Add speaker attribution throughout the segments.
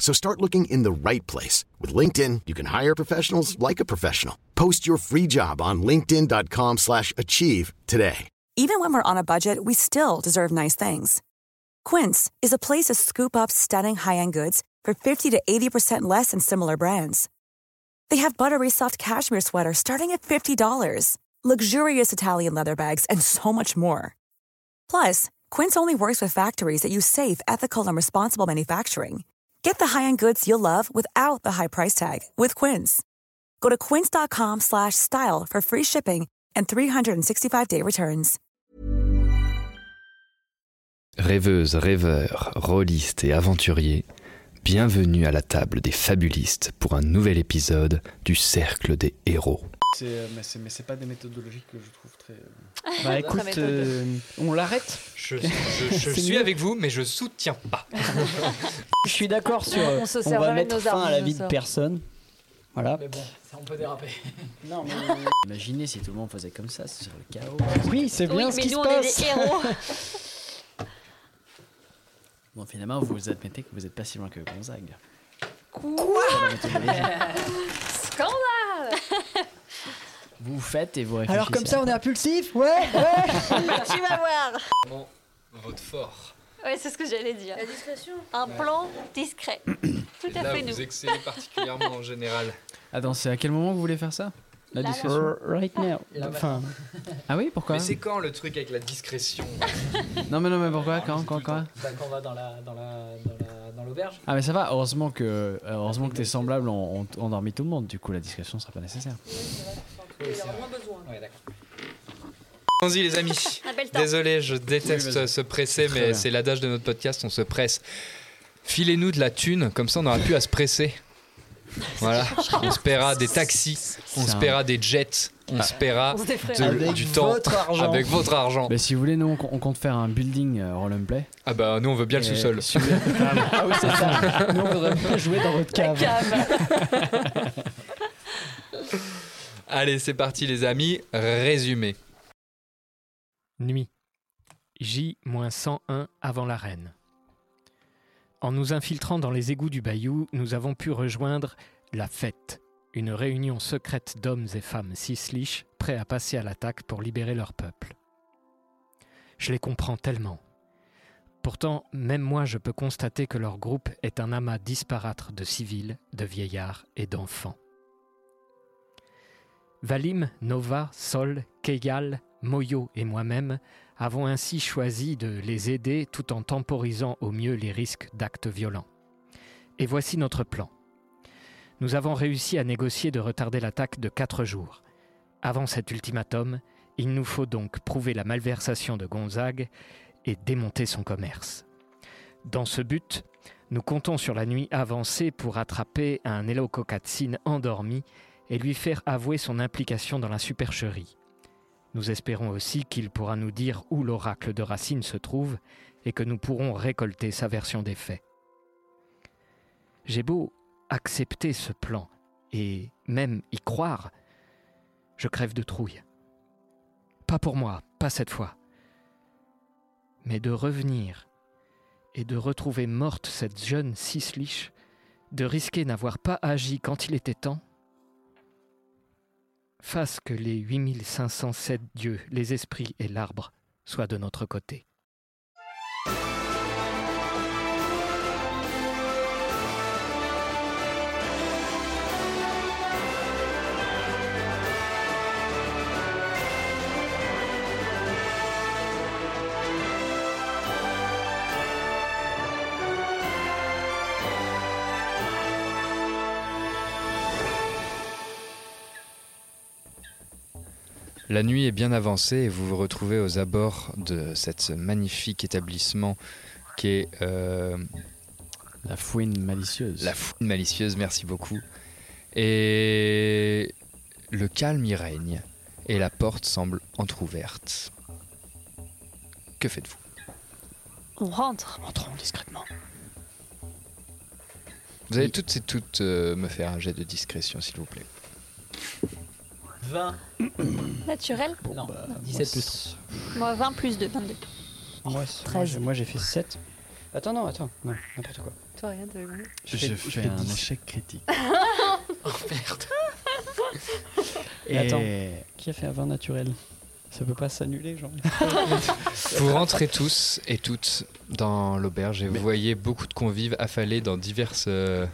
Speaker 1: So start looking in the right place. With LinkedIn, you can hire professionals like a professional. Post your free job on linkedin.com/achieve slash achieve today.
Speaker 2: Even when we're on a budget, we still deserve nice things. Quince is a place to scoop up stunning high-end goods for 50 to 80% less than similar brands. They have buttery soft cashmere sweaters starting at $50, luxurious Italian leather bags, and so much more. Plus, Quince only works with factories that use safe, ethical, and responsible manufacturing. Get the high-end goods you'll love without the high price tag with Quince. Go to quince.com/style slash style for free shipping and 365-day returns.
Speaker 3: Rêveuses, rêveurs, rôlistes et aventuriers, bienvenue à la table des fabulistes pour un nouvel épisode du Cercle des Héros.
Speaker 4: C'est, euh, mais c'est, mais c'est pas des méthodologies que je trouve très. euh,
Speaker 5: Bah écoute,
Speaker 6: m'étonne.
Speaker 5: euh, on l'arrête.
Speaker 7: Je, je- je
Speaker 5: C'est
Speaker 7: suis
Speaker 5: mieux.
Speaker 7: avec vous, mais je soutiens pas.
Speaker 5: Je suis d'accord sur. euh,
Speaker 6: On se
Speaker 5: On
Speaker 6: sert
Speaker 5: va
Speaker 6: jamais
Speaker 5: mettre
Speaker 6: de nos
Speaker 5: fin
Speaker 6: armes,
Speaker 5: à la
Speaker 6: nos
Speaker 5: vie de
Speaker 6: sorts.
Speaker 5: personne.
Speaker 8: Ah.
Speaker 5: Voilà.
Speaker 4: Mais bon, ça on peut déraper.
Speaker 5: Non, mais...
Speaker 4: Imaginez si tout le monde faisait comme ça, ce serait le chaos.
Speaker 5: Oui, c'est
Speaker 6: Oui,
Speaker 5: bien ce
Speaker 6: mais
Speaker 5: qui
Speaker 6: nous,
Speaker 5: se
Speaker 6: on est
Speaker 5: passe.
Speaker 6: des héros.
Speaker 4: Bon, finalement, vous admettez que vous êtes pas si loin que Gonzague.
Speaker 6: Quoi
Speaker 4: Dans la méthodologie.
Speaker 6: Scandale
Speaker 4: vous faites et vous réfléchissez.
Speaker 5: Alors comme ça, on est impulsif Ouais, ouais
Speaker 6: Tu vas voir
Speaker 7: Comment votre fort
Speaker 6: Ouais, c'est ce que j'allais dire. La discrétion Un plan discret. Tout
Speaker 7: Et
Speaker 6: à
Speaker 7: Là,
Speaker 6: fait
Speaker 7: vous
Speaker 6: nous.
Speaker 7: excellez particulièrement en général.
Speaker 4: Attends, c'est à quel moment vous voulez faire ça La
Speaker 6: Là, là.
Speaker 4: discussion.
Speaker 5: Right now. Enfin,
Speaker 4: Ah oui, pourquoi
Speaker 7: Mais c'est quand le truc avec la discrétion
Speaker 4: Non, mais non, mais pourquoi Quand Quand Quand
Speaker 9: Bah, quand on va dans la dans la dans la dans l'auberge.
Speaker 4: Ah, mais ça va, heureusement que, euh, heureusement que tes semblables ont, ont endormi tout le monde, du coup la discussion sera pas nécessaire.
Speaker 9: Ouais, d'accord.
Speaker 7: Allons-y, les amis.
Speaker 6: Un bel temps.
Speaker 7: Désolé, je déteste
Speaker 4: Oui, vas-y.
Speaker 7: se presser,
Speaker 4: Très
Speaker 7: mais
Speaker 4: bien.
Speaker 7: c'est l'adage de notre podcast on se presse. Filez-nous de la thune, comme ça on aura plus à se presser. Voilà, on se paiera des taxis, on
Speaker 4: C'est
Speaker 7: se
Speaker 4: un-
Speaker 7: paiera des jets, on se paiera
Speaker 6: On se
Speaker 7: de-
Speaker 6: défraie.
Speaker 5: Avec
Speaker 7: du temps
Speaker 5: votre argent.
Speaker 7: avec votre argent.
Speaker 4: Mais si vous voulez, nous on, on compte faire un building euh, roll and play.
Speaker 7: Ah bah nous on veut bien le
Speaker 4: Et
Speaker 7: sous-sol.
Speaker 4: si vous voulez-
Speaker 5: ah oui, c'est ça. Nous, on voudrait bien jouer dans votre cave.
Speaker 6: Cave.
Speaker 7: Allez, c'est parti les amis, résumé.
Speaker 9: Nuit. J-101 avant la reine. En nous infiltrant dans les égouts du bayou, nous avons pu rejoindre la fête, une réunion secrète d'hommes et femmes cisliches prêts à passer à l'attaque pour libérer leur peuple. Je les comprends tellement. Pourtant, même moi, je peux constater que leur groupe est un amas disparate de civils, de vieillards et d'enfants. Valim, Nova, Sol, Keyal, Moyo et moi-même avons ainsi choisi de les aider tout en temporisant au mieux les risques d'actes violents. Et voici notre plan. Nous avons réussi à négocier de retarder l'attaque de quatre jours. Avant cet ultimatum, il nous faut donc prouver la malversation de Gonzague et démonter son commerce. Dans ce but, nous comptons sur la nuit avancée pour attraper un Elokokatsin endormi et lui faire avouer son implication dans la supercherie. Nous espérons aussi qu'il pourra nous dire où l'oracle de Racine se trouve et que nous pourrons récolter sa version des faits. J'ai beau accepter ce plan et même y croire, je crève de trouille. Pas pour moi, pas cette fois. Mais de revenir et de retrouver morte cette jeune Sislich, de risquer n'avoir pas agi quand il était temps, fasse que les 8507 dieux, les esprits et l'arbre soient de notre côté.
Speaker 7: La nuit est bien avancée et vous vous retrouvez aux abords de cet magnifique établissement qui est euh,
Speaker 4: La fouine malicieuse.
Speaker 7: la fouine malicieuse, merci beaucoup. Et le calme y règne et la porte semble entr'ouverte. Que faites-vous
Speaker 6: On rentre.
Speaker 9: Entrons discrètement.
Speaker 7: Vous allez toutes et toutes euh, me faire un jet de discrétion, s'il vous plaît.
Speaker 5: 20.
Speaker 6: Naturel
Speaker 5: non, 17 plus.
Speaker 6: Moi, 20 plus 2, 22.
Speaker 5: Moi, c'est- moi,
Speaker 6: 13.
Speaker 5: j'ai- moi j'ai fait 7. Attends, non, attends, non, n'importe quoi.
Speaker 6: Toi, rien de bon.
Speaker 4: J'ai
Speaker 5: je
Speaker 4: fait
Speaker 5: fais
Speaker 4: un
Speaker 5: 10.
Speaker 4: échec critique.
Speaker 5: Oh, Et
Speaker 4: Et
Speaker 5: attends. Qui a fait un 20 naturel Ça peut pas s'annuler, genre.
Speaker 7: Vous rentrez tous et toutes dans l'auberge et vous voyez beaucoup de convives affalés dans diverses, euh,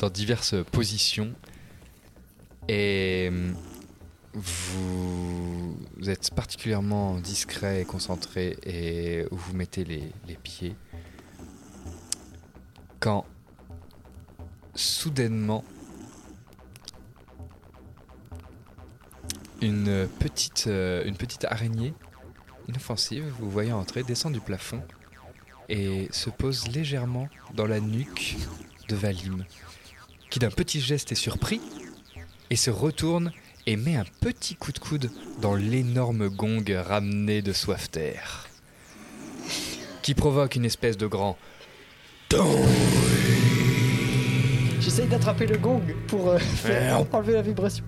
Speaker 7: dans diverses positions. Et hum, vous êtes particulièrement discret et concentré et vous mettez les, les pieds. Quand soudainement une petite, euh, une petite araignée inoffensive, vous voyez entrer, descend du plafond et se pose légèrement dans la nuque de Valim, qui d'un petit geste est surpris et se retourne et met un petit coup de coude dans l'énorme gong ramené de Soifter, qui provoque une espèce de grand
Speaker 5: J'essaye d'attraper le gong pour euh, faire enlever la vibration.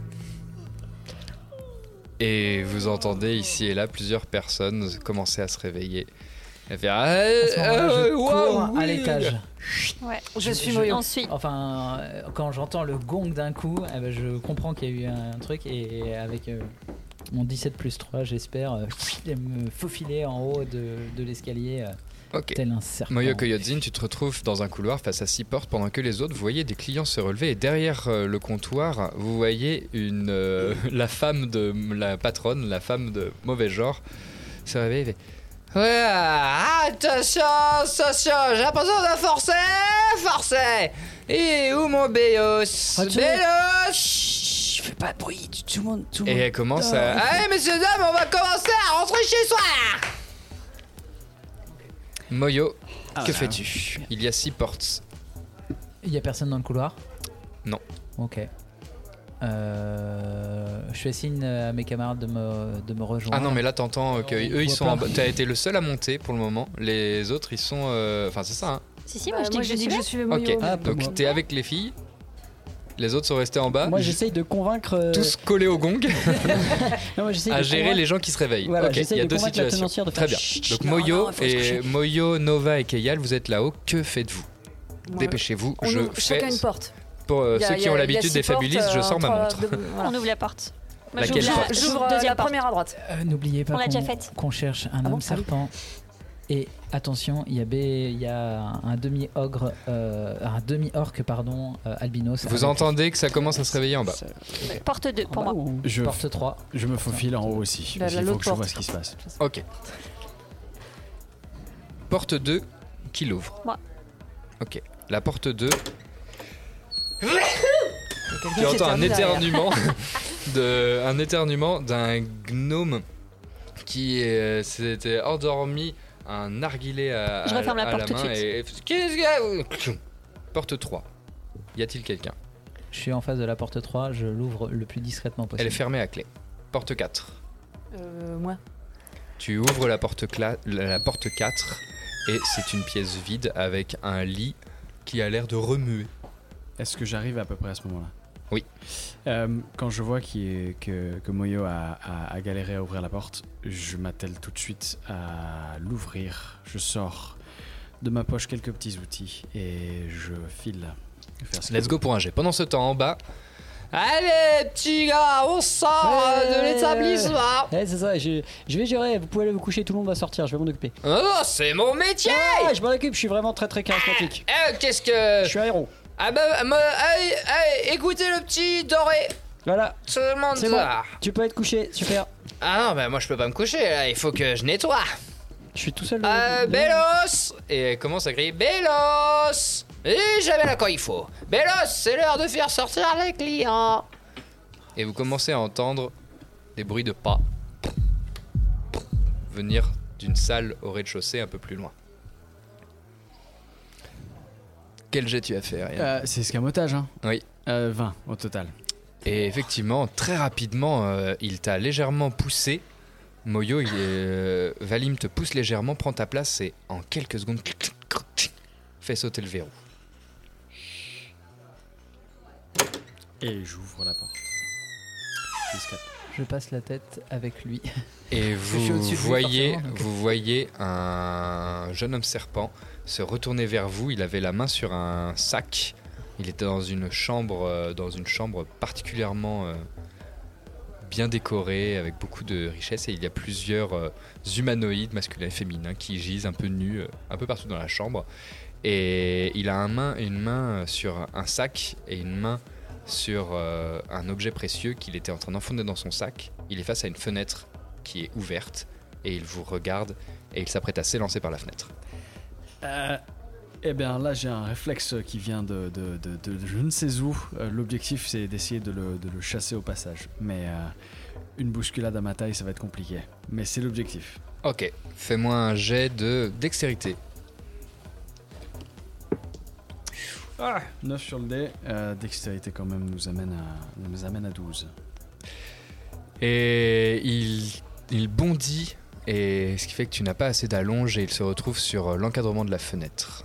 Speaker 7: et vous entendez ici et là plusieurs personnes commencer à se réveiller. Euh, Elle fait
Speaker 5: À ce moment-là, je cours à l'étage.
Speaker 6: Ouais.
Speaker 5: Je suis Moyo.
Speaker 6: Ensuite,
Speaker 5: Enfin, euh, quand j'entends le gong d'un coup, eh ben, je comprends qu'il y a eu un truc et avec euh, mon 17 plus 3, j'espère euh, me faufiler en haut de, de l'escalier euh,
Speaker 7: Ok.
Speaker 5: tel un serpent.
Speaker 7: Moyo Koyotzin, tu te retrouves dans un couloir face à six portes pendant que les autres, vous voyez des clients se relever et derrière euh, le comptoir, vous voyez une, euh, la femme de la patronne, la femme de mauvais genre, se réveiller et fait Ouais, attention, attention, j'ai l'impression de forcer, forcer Et où mon Béos
Speaker 5: Retiens.
Speaker 7: Béos Chut, fais pas de bruit, tout le monde... et elle commence à...
Speaker 5: Ah.
Speaker 7: Ah, Allez, messieurs, dames, on va commencer à rentrer chez soi Moyo,
Speaker 5: Ah,
Speaker 7: que fais-tu Il y a six portes.
Speaker 5: Il n'y a personne dans le couloir
Speaker 7: Non.
Speaker 5: Ok. Euh, je fais signe à mes camarades de me, de me rejoindre.
Speaker 7: Ah non, mais là t'entends euh, que
Speaker 5: On
Speaker 7: eux ils
Speaker 5: voit
Speaker 7: sont
Speaker 5: pas.
Speaker 7: en bas. T'as été le seul à monter pour le moment. Les autres ils sont. euh, Enfin, c'est ça. hein.
Speaker 6: si, si, moi je dis que je suis
Speaker 8: dit
Speaker 6: là.
Speaker 8: suivais
Speaker 7: Ok.
Speaker 5: Ah, pas moi.
Speaker 7: Donc t'es avec les filles. Les autres sont restés en bas.
Speaker 5: euh, Moi j'essaye de convaincre. euh,
Speaker 7: tous collés au gong
Speaker 5: non, moi, j'essaye
Speaker 7: à
Speaker 5: de
Speaker 7: gérer
Speaker 5: convaincre-
Speaker 7: les gens qui se réveillent.
Speaker 5: Voilà,
Speaker 7: ok, il
Speaker 5: j'essaye
Speaker 7: y a
Speaker 5: de
Speaker 7: deux
Speaker 5: convaincre la
Speaker 7: situations.
Speaker 5: tenancière de
Speaker 7: Très
Speaker 5: faire
Speaker 7: bien.
Speaker 5: chut,
Speaker 7: Donc
Speaker 5: non,
Speaker 7: Moyo
Speaker 5: non, faut se
Speaker 7: et
Speaker 5: coucher.
Speaker 7: Moyo, Nova et Keyal, vous êtes là-haut. Que faites-vous
Speaker 8: Moi,
Speaker 7: Dépêchez-vous.
Speaker 8: On
Speaker 7: Je
Speaker 8: ouvre
Speaker 7: fais
Speaker 8: chacun une porte.
Speaker 7: pour euh,
Speaker 8: Il y a-
Speaker 7: ceux
Speaker 8: il y
Speaker 7: qui
Speaker 8: a-
Speaker 7: ont
Speaker 8: il y a
Speaker 7: l'habitude
Speaker 8: six
Speaker 7: des
Speaker 8: portes,
Speaker 7: fabulistes. Je
Speaker 8: euh,
Speaker 7: sors ma
Speaker 8: entre-
Speaker 7: montre.
Speaker 8: de- voilà.
Speaker 6: On ouvre la porte. Moi,
Speaker 7: Laquelle
Speaker 6: j'ouvre
Speaker 7: porte
Speaker 6: la-
Speaker 8: J'ouvre
Speaker 6: J'ouvre
Speaker 8: euh,
Speaker 6: deuxième
Speaker 8: la
Speaker 6: porte.
Speaker 8: première à droite.
Speaker 5: Euh, N'oubliez pas
Speaker 6: On l'a déjà
Speaker 5: qu'on
Speaker 6: faite.
Speaker 5: qu'on cherche un
Speaker 8: Ah bon,
Speaker 5: homme
Speaker 8: salut.
Speaker 5: serpent. Et attention, il y a, B- il y a un demi-ogre, euh, un demi-orc, pardon, euh, albinos.
Speaker 7: Vous
Speaker 5: avec-
Speaker 7: entendez que ça commence à se réveiller en bas.
Speaker 6: Porte 2 pour
Speaker 5: En bas
Speaker 6: moi.
Speaker 5: ou
Speaker 4: Je-
Speaker 5: Porte 3.
Speaker 4: Je me faufile en haut aussi.
Speaker 8: Là,
Speaker 4: Parce
Speaker 8: là,
Speaker 4: qu'il faut
Speaker 8: l'autre
Speaker 4: que je vois
Speaker 8: porte.
Speaker 4: ce qui se passe.
Speaker 7: Ok. Porte 2, qui l'ouvre
Speaker 6: Moi.
Speaker 7: Ok. La porte 2. Tu entends un éternuement de un éternuement d'un gnome qui euh, s'était endormi un narguilé à,
Speaker 6: Je
Speaker 7: à-
Speaker 6: referme la
Speaker 7: à
Speaker 6: porte tout de
Speaker 7: main
Speaker 6: suite.
Speaker 7: et, et- Qu'est-ce que- porte 3. Y a-t-il quelqu'un
Speaker 5: Je suis en face de la porte 3, je l'ouvre le plus discrètement possible.
Speaker 7: Elle est fermée à clé. Porte 4.
Speaker 8: Euh, moi.
Speaker 7: Tu ouvres la porte, cla- la la porte 4 et c'est une pièce vide avec un lit qui a l'air de remuer.
Speaker 4: Est-ce que j'arrive à peu près à ce moment-là
Speaker 7: Oui.
Speaker 4: Euh, quand je vois qu'il est- que, que Moyo a, a- a galéré à ouvrir la porte, je m'attelle tout de suite à l'ouvrir. Je sors de ma poche quelques petits outils et je file. Faire ce
Speaker 7: Let's
Speaker 4: que-
Speaker 7: go pour un jet. Pendant ce temps, en bas. Allez, petit gars, on sort
Speaker 5: Ouais.
Speaker 7: euh, de l'établissement.
Speaker 5: Eh, c'est ça, je, je vais gérer, vous pouvez aller vous coucher, tout le monde va sortir, je vais m'en occuper.
Speaker 7: Oh, c'est mon métier.
Speaker 5: Ah, je m'en occupe, je suis vraiment très très charismatique.
Speaker 7: Eh, qu'est-ce que.
Speaker 5: Je suis un héros.
Speaker 7: Ah bah, me- aïe, aïe, écoutez le petit doré.
Speaker 5: Voilà,
Speaker 7: Tout le monde
Speaker 5: c'est bon.
Speaker 7: sort.
Speaker 5: Tu peux être couché, super.
Speaker 7: Ah non, bah moi je peux pas me coucher. là, Il faut que je nettoie.
Speaker 5: Je suis tout seul.
Speaker 7: Euh,
Speaker 5: euh,
Speaker 7: Bélos Et elle commence à crier Bélos Et jamais là quand il faut Bélos, c'est l'heure de faire sortir les clients Et vous commencez à entendre des bruits de pas venir d'une salle au rez-de-chaussée un peu plus loin. Quel jet tu as fait, Ariane
Speaker 4: Euh, c'est escamotage, hein
Speaker 7: Oui.
Speaker 4: Euh, 20 au total.
Speaker 7: Et effectivement, très rapidement, euh, il t'a légèrement poussé. Moyo, il est- euh, Valim te pousse légèrement, prend ta place et en quelques secondes, fait sauter le verrou.
Speaker 4: Et j'ouvre la porte. Jusqu'à-
Speaker 5: Je passe la tête avec lui.
Speaker 7: Et
Speaker 5: Je suis
Speaker 7: vous
Speaker 5: au-dessus de lui,
Speaker 7: voyez,
Speaker 5: forcément, donc.
Speaker 7: vous voyez un jeune homme serpent se retourner vers vous. Il avait la main sur un sac. Il était dans une chambre, euh, dans une chambre particulièrement euh, bien décorée, avec beaucoup de richesses. Et il y a plusieurs euh, humanoïdes masculins et féminins qui gisent un peu nus, euh, un peu partout dans la chambre. Et il a un main, une main euh, sur un sac et une main sur euh, un objet précieux qu'il était en train d'enfoncer dans son sac. Il est face à une fenêtre qui est ouverte et il vous regarde et il s'apprête à s'élancer par la fenêtre.
Speaker 4: Euh, eh bien là j'ai un réflexe qui vient de, de- de- de- de je ne sais où. Euh, L'objectif c'est d'essayer de le, de le chasser au passage. Mais euh, une bousculade à ma taille ça va être compliqué. Mais c'est l'objectif.
Speaker 7: Ok, fais-moi un jet de dextérité.
Speaker 4: 9 sur le dé, euh, dextérité quand même nous amène à, nous amène à 12.
Speaker 7: Et il, il bondit, et ce qui fait que tu n'as pas assez d'allonge et il se retrouve sur euh, l'encadrement de la fenêtre.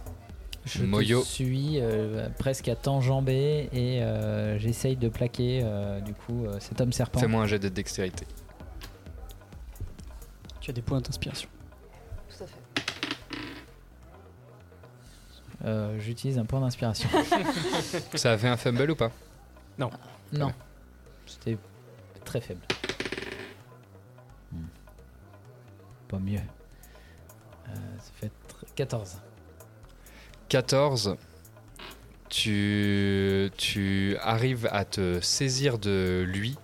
Speaker 5: Je te
Speaker 7: Moyo.
Speaker 5: suis euh, presque à t'enjamber et euh, j'essaye de plaquer euh, du coup euh, cet homme serpent.
Speaker 7: Fais-moi un jet de dextérité.
Speaker 8: Tu as des points d'inspiration.
Speaker 6: Tout à fait.
Speaker 5: Euh, J'utilise un point d'inspiration.
Speaker 7: Ça a fait un fumble ou pas
Speaker 5: non, c'était très faible. Hmm. Pas mieux. Euh, ça fait tr- 14.
Speaker 7: 14, tu, tu arrives à te saisir de lui,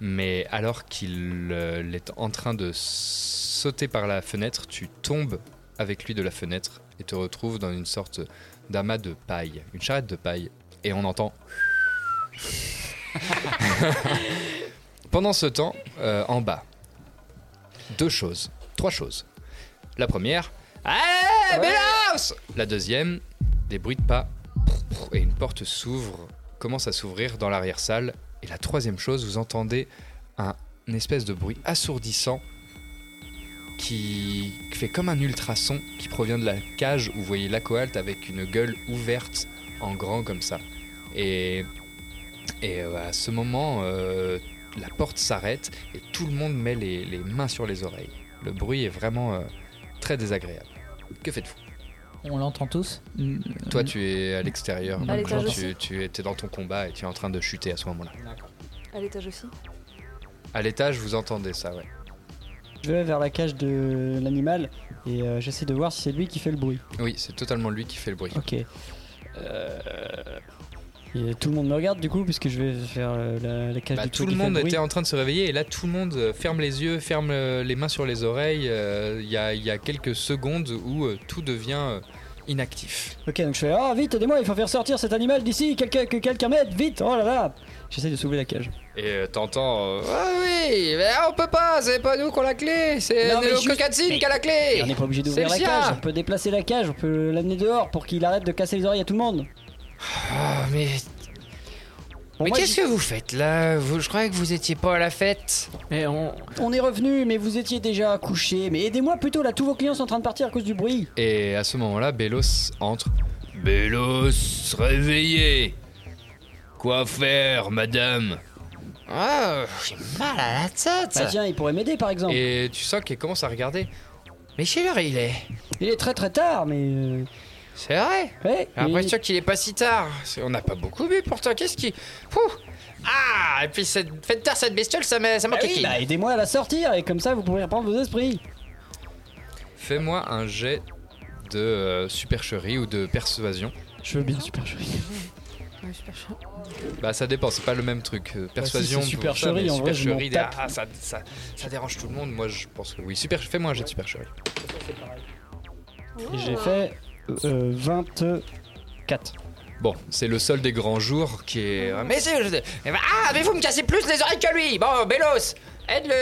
Speaker 7: mais alors qu'il euh, est en train de sauter par la fenêtre, tu tombes avec lui de la fenêtre et te retrouves dans une sorte d'amas de paille, une charrette de paille, et on entend... Pendant ce temps, euh, en bas, deux choses, trois choses. La première, Allez, Bélaos La deuxième, des bruits de pas et une porte s'ouvre, commence à s'ouvrir dans l'arrière-salle. Et la troisième chose, vous entendez un une espèce de bruit assourdissant qui fait comme un ultrason qui provient de la cage où vous voyez l'acoalte avec une gueule ouverte en grand comme ça. Et, et euh, à ce moment, euh, la porte s'arrête et tout le monde met les, les mains sur les oreilles. Le bruit est vraiment euh, très désagréable. Que faites-vous
Speaker 5: On l'entend tous
Speaker 7: toi, tu es à l'extérieur.
Speaker 5: À
Speaker 7: donc
Speaker 6: l'étage
Speaker 7: tu,
Speaker 6: aussi.
Speaker 7: tu étais dans ton combat et tu es en train de chuter à ce moment-là.
Speaker 6: À l'étage aussi
Speaker 7: À l'étage, vous entendez ça, ouais.
Speaker 8: Je vais vers la cage de l'animal et euh, j'essaie de voir si c'est lui qui fait le bruit.
Speaker 7: Oui, c'est totalement lui qui fait le bruit.
Speaker 8: Ok. Euh, et tout le monde me regarde du coup puisque je vais vers euh, la, la cage
Speaker 7: Bah,
Speaker 8: de
Speaker 7: tout le monde était en train de se réveiller et là, tout le monde euh, ferme les yeux, ferme euh, les mains sur les oreilles. euh, Il y, a, il y a quelques secondes où euh, tout devient euh, inactif.
Speaker 8: Ok donc je fais oh vite aidez-moi il faut faire sortir cet animal d'ici quelqu'un que quelqu'un m'aide vite oh là là. J'essaie de soulever la cage.
Speaker 7: Et euh, t'entends. euh, Ah oui, mais on peut pas, Ah, c'est pas nous qu'on la clé, c'est
Speaker 8: Non, mais
Speaker 7: le
Speaker 8: juste-
Speaker 7: Cocatine
Speaker 8: mais-
Speaker 7: qui a la clé.
Speaker 8: on n'est pas obligé
Speaker 7: C'est
Speaker 8: d'ouvrir
Speaker 7: le
Speaker 8: la
Speaker 7: sien.
Speaker 8: cage, on peut déplacer la cage, on peut l'amener dehors pour qu'il arrête de casser les oreilles à tout le monde.
Speaker 7: Ah, mais
Speaker 8: Bon,
Speaker 7: mais
Speaker 8: moi,
Speaker 7: qu'est-ce
Speaker 8: j'y-
Speaker 7: que vous faites là Vous- Je croyais que vous étiez pas à la fête.
Speaker 9: Mais on,
Speaker 8: On est revenu mais vous étiez déjà couché. Mais aidez-moi plutôt là tous vos clients sont en train de partir à cause du bruit.
Speaker 7: Et à ce moment-là, Bélos entre. Bélos, réveillez Quoi faire, madame Ah, j'ai mal à la tête
Speaker 8: Bah tiens il pourrait m'aider par exemple.
Speaker 7: Et tu sens qu'il commence à regarder. Mais quelle heure il est
Speaker 8: Il est très très tard mais euh,
Speaker 7: C'est vrai J'ai
Speaker 8: ouais. mais-
Speaker 7: l'impression qu'il est pas si tard. C'est- On n'a pas beaucoup bu pourtant, qu'est-ce qui. Ouh. Ah, et puis cette... faites tard cette bestiole, ça m'a ça
Speaker 8: Bah oui, bah aidez-moi à la sortir et comme ça vous pourrez reprendre vos esprits.
Speaker 7: Fais-moi un jet de euh, supercherie ou de persuasion.
Speaker 8: Je veux bien super chérie.
Speaker 6: Ouais, super chaud.
Speaker 7: Bah ça dépend, c'est pas le même truc. Euh, Persuasion,
Speaker 8: Bah, si, c'est
Speaker 7: pour ça,
Speaker 8: supercherie,
Speaker 7: mais
Speaker 8: en vrai, je
Speaker 7: supercherie,
Speaker 8: m'en tape.
Speaker 7: ah, ça, ça- ça dérange tout le monde. Moi je pense que oui. Super, fais-moi un jet de supercherie.
Speaker 8: Et j'ai fait euh, 24.
Speaker 7: Bon, c'est le sol des grands jours qui est. Mais c'est. je- eh ben, Ah, mais vous me cassez plus les oreilles que lui Bon, Bélos
Speaker 10: Aide-le,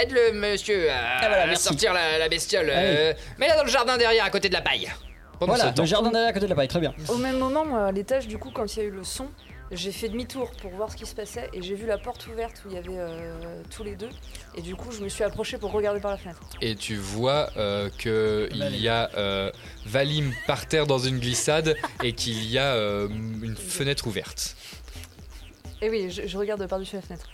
Speaker 10: aide-le, monsieur, à,
Speaker 8: Ah, voilà,
Speaker 10: à
Speaker 8: merci.
Speaker 10: sortir la, la bestiole.
Speaker 8: Ah oui.
Speaker 10: euh, Mets-la dans le jardin derrière, à côté de la paille.
Speaker 7: bah,
Speaker 10: Pendant
Speaker 8: Voilà,
Speaker 10: ce temps.
Speaker 8: le jardin derrière à côté de la paille, très bien.
Speaker 11: Au même moment, moi, à l'étage, du coup, quand il y a eu le son, j'ai fait demi-tour pour voir ce qui se passait et j'ai vu la porte ouverte où il y avait euh, tous les deux. Et du coup, je me suis approchée pour regarder par la fenêtre.
Speaker 7: Et tu vois euh, que il y a euh, Valim par terre dans une glissade et qu'il y a euh, une fenêtre ouverte.
Speaker 11: Et oui, je, je regarde par-dessus la fenêtre.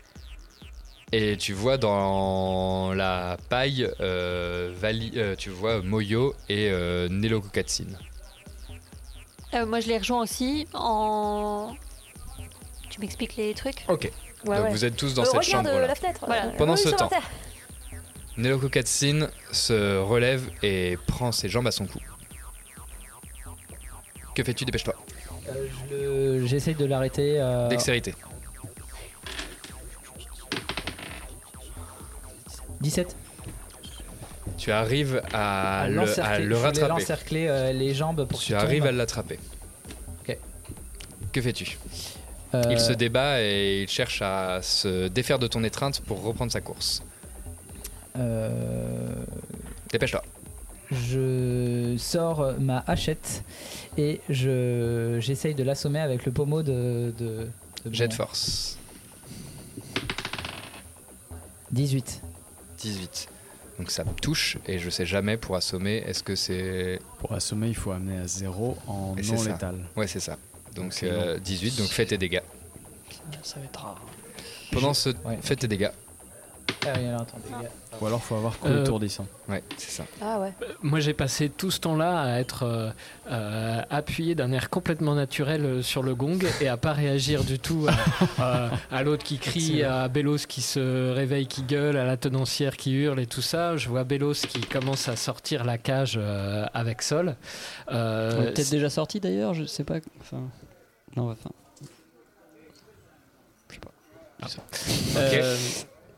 Speaker 7: Et tu vois dans la paille, euh, Vali- euh, tu vois Moyo et euh, Nelo Kukatsin.
Speaker 6: Euh, moi, je les rejoins aussi en. Tu m'expliques les trucs
Speaker 7: Ok.
Speaker 6: Ouais,
Speaker 7: Donc
Speaker 6: ouais.
Speaker 7: vous êtes tous dans
Speaker 6: Euh,
Speaker 7: cette
Speaker 6: regarde,
Speaker 7: chambre.
Speaker 6: euh, la fenêtre. Voilà.
Speaker 7: Pendant
Speaker 6: Oui,
Speaker 7: ce
Speaker 6: sur la
Speaker 7: temps,
Speaker 6: terre.
Speaker 7: Nelo Kukatsin se relève et prend ses jambes à son cou. Que fais-tu Dépêche-toi.
Speaker 5: Euh, J'essaye de l'arrêter. euh,
Speaker 7: Dextérité.
Speaker 5: 17.
Speaker 7: Tu arrives à, le, à
Speaker 5: l'encercler-
Speaker 7: le
Speaker 5: je voulais
Speaker 7: rattraper.
Speaker 5: l'encercler euh, les jambes pour
Speaker 7: Tu
Speaker 5: qu'il
Speaker 7: arrives
Speaker 5: tombe.
Speaker 7: à l'attraper.
Speaker 5: Ok.
Speaker 7: Que fais-tu
Speaker 5: Euh,
Speaker 7: Il se débat et il cherche à se défaire de ton étreinte pour reprendre sa course.
Speaker 5: Euh,
Speaker 7: Dépêche-toi.
Speaker 5: je sors ma hachette et je j'essaye de l'assommer avec le pommeau de. de, de
Speaker 7: Jet de
Speaker 5: mon-
Speaker 7: force.
Speaker 5: 18.
Speaker 7: 18. Donc ça me touche et je sais jamais pour assommer. Est-ce que c'est.
Speaker 4: Pour assommer, il faut amener à zéro en
Speaker 7: Et c'est
Speaker 4: non
Speaker 7: ça.
Speaker 4: létal.
Speaker 7: Ouais, c'est ça. Donc
Speaker 4: C'est
Speaker 7: euh,
Speaker 4: long.
Speaker 7: 18, donc fais tes dégâts.
Speaker 8: Ça va être rare.
Speaker 7: Pendant ce. Fais tes dégâts.
Speaker 5: Ah oui, alors, attendez, les gars.
Speaker 4: Ou alors faut avoir
Speaker 9: Euh,
Speaker 4: l'étourdissant.
Speaker 7: Ouais, c'est ça.
Speaker 11: Ah ouais.
Speaker 9: Moi, j'ai passé tout ce temps-là à être euh, euh, appuyé d'un air complètement naturel euh, sur le gong et à pas réagir du tout à, à- à l'autre qui crie,
Speaker 8: Excellent.
Speaker 9: à Bellos qui se réveille, qui gueule, à la tenancière qui hurle et tout ça. Je vois Bellos qui commence à sortir la cage euh, avec Sol. Euh,
Speaker 8: On est peut-être déjà sorti d'ailleurs, je sais pas. Enfin, non, enfin.
Speaker 9: Ah. Euh,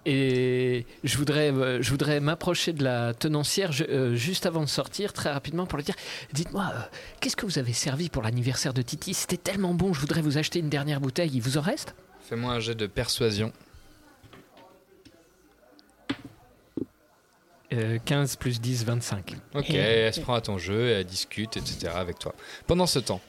Speaker 9: et je voudrais, euh, je voudrais m'approcher de la tenancière je- euh, juste avant de sortir, très rapidement, pour lui dire Dites-moi, euh, qu'est-ce que vous avez servi pour l'anniversaire de Titi C'était tellement bon, je voudrais vous acheter une dernière bouteille. Il vous en reste
Speaker 7: Fais-moi un jet de persuasion.
Speaker 9: 15 Euh, plus 10, 25.
Speaker 7: Ok, elle se prend à ton jeu, elle discute, etc. avec toi. Pendant ce temps,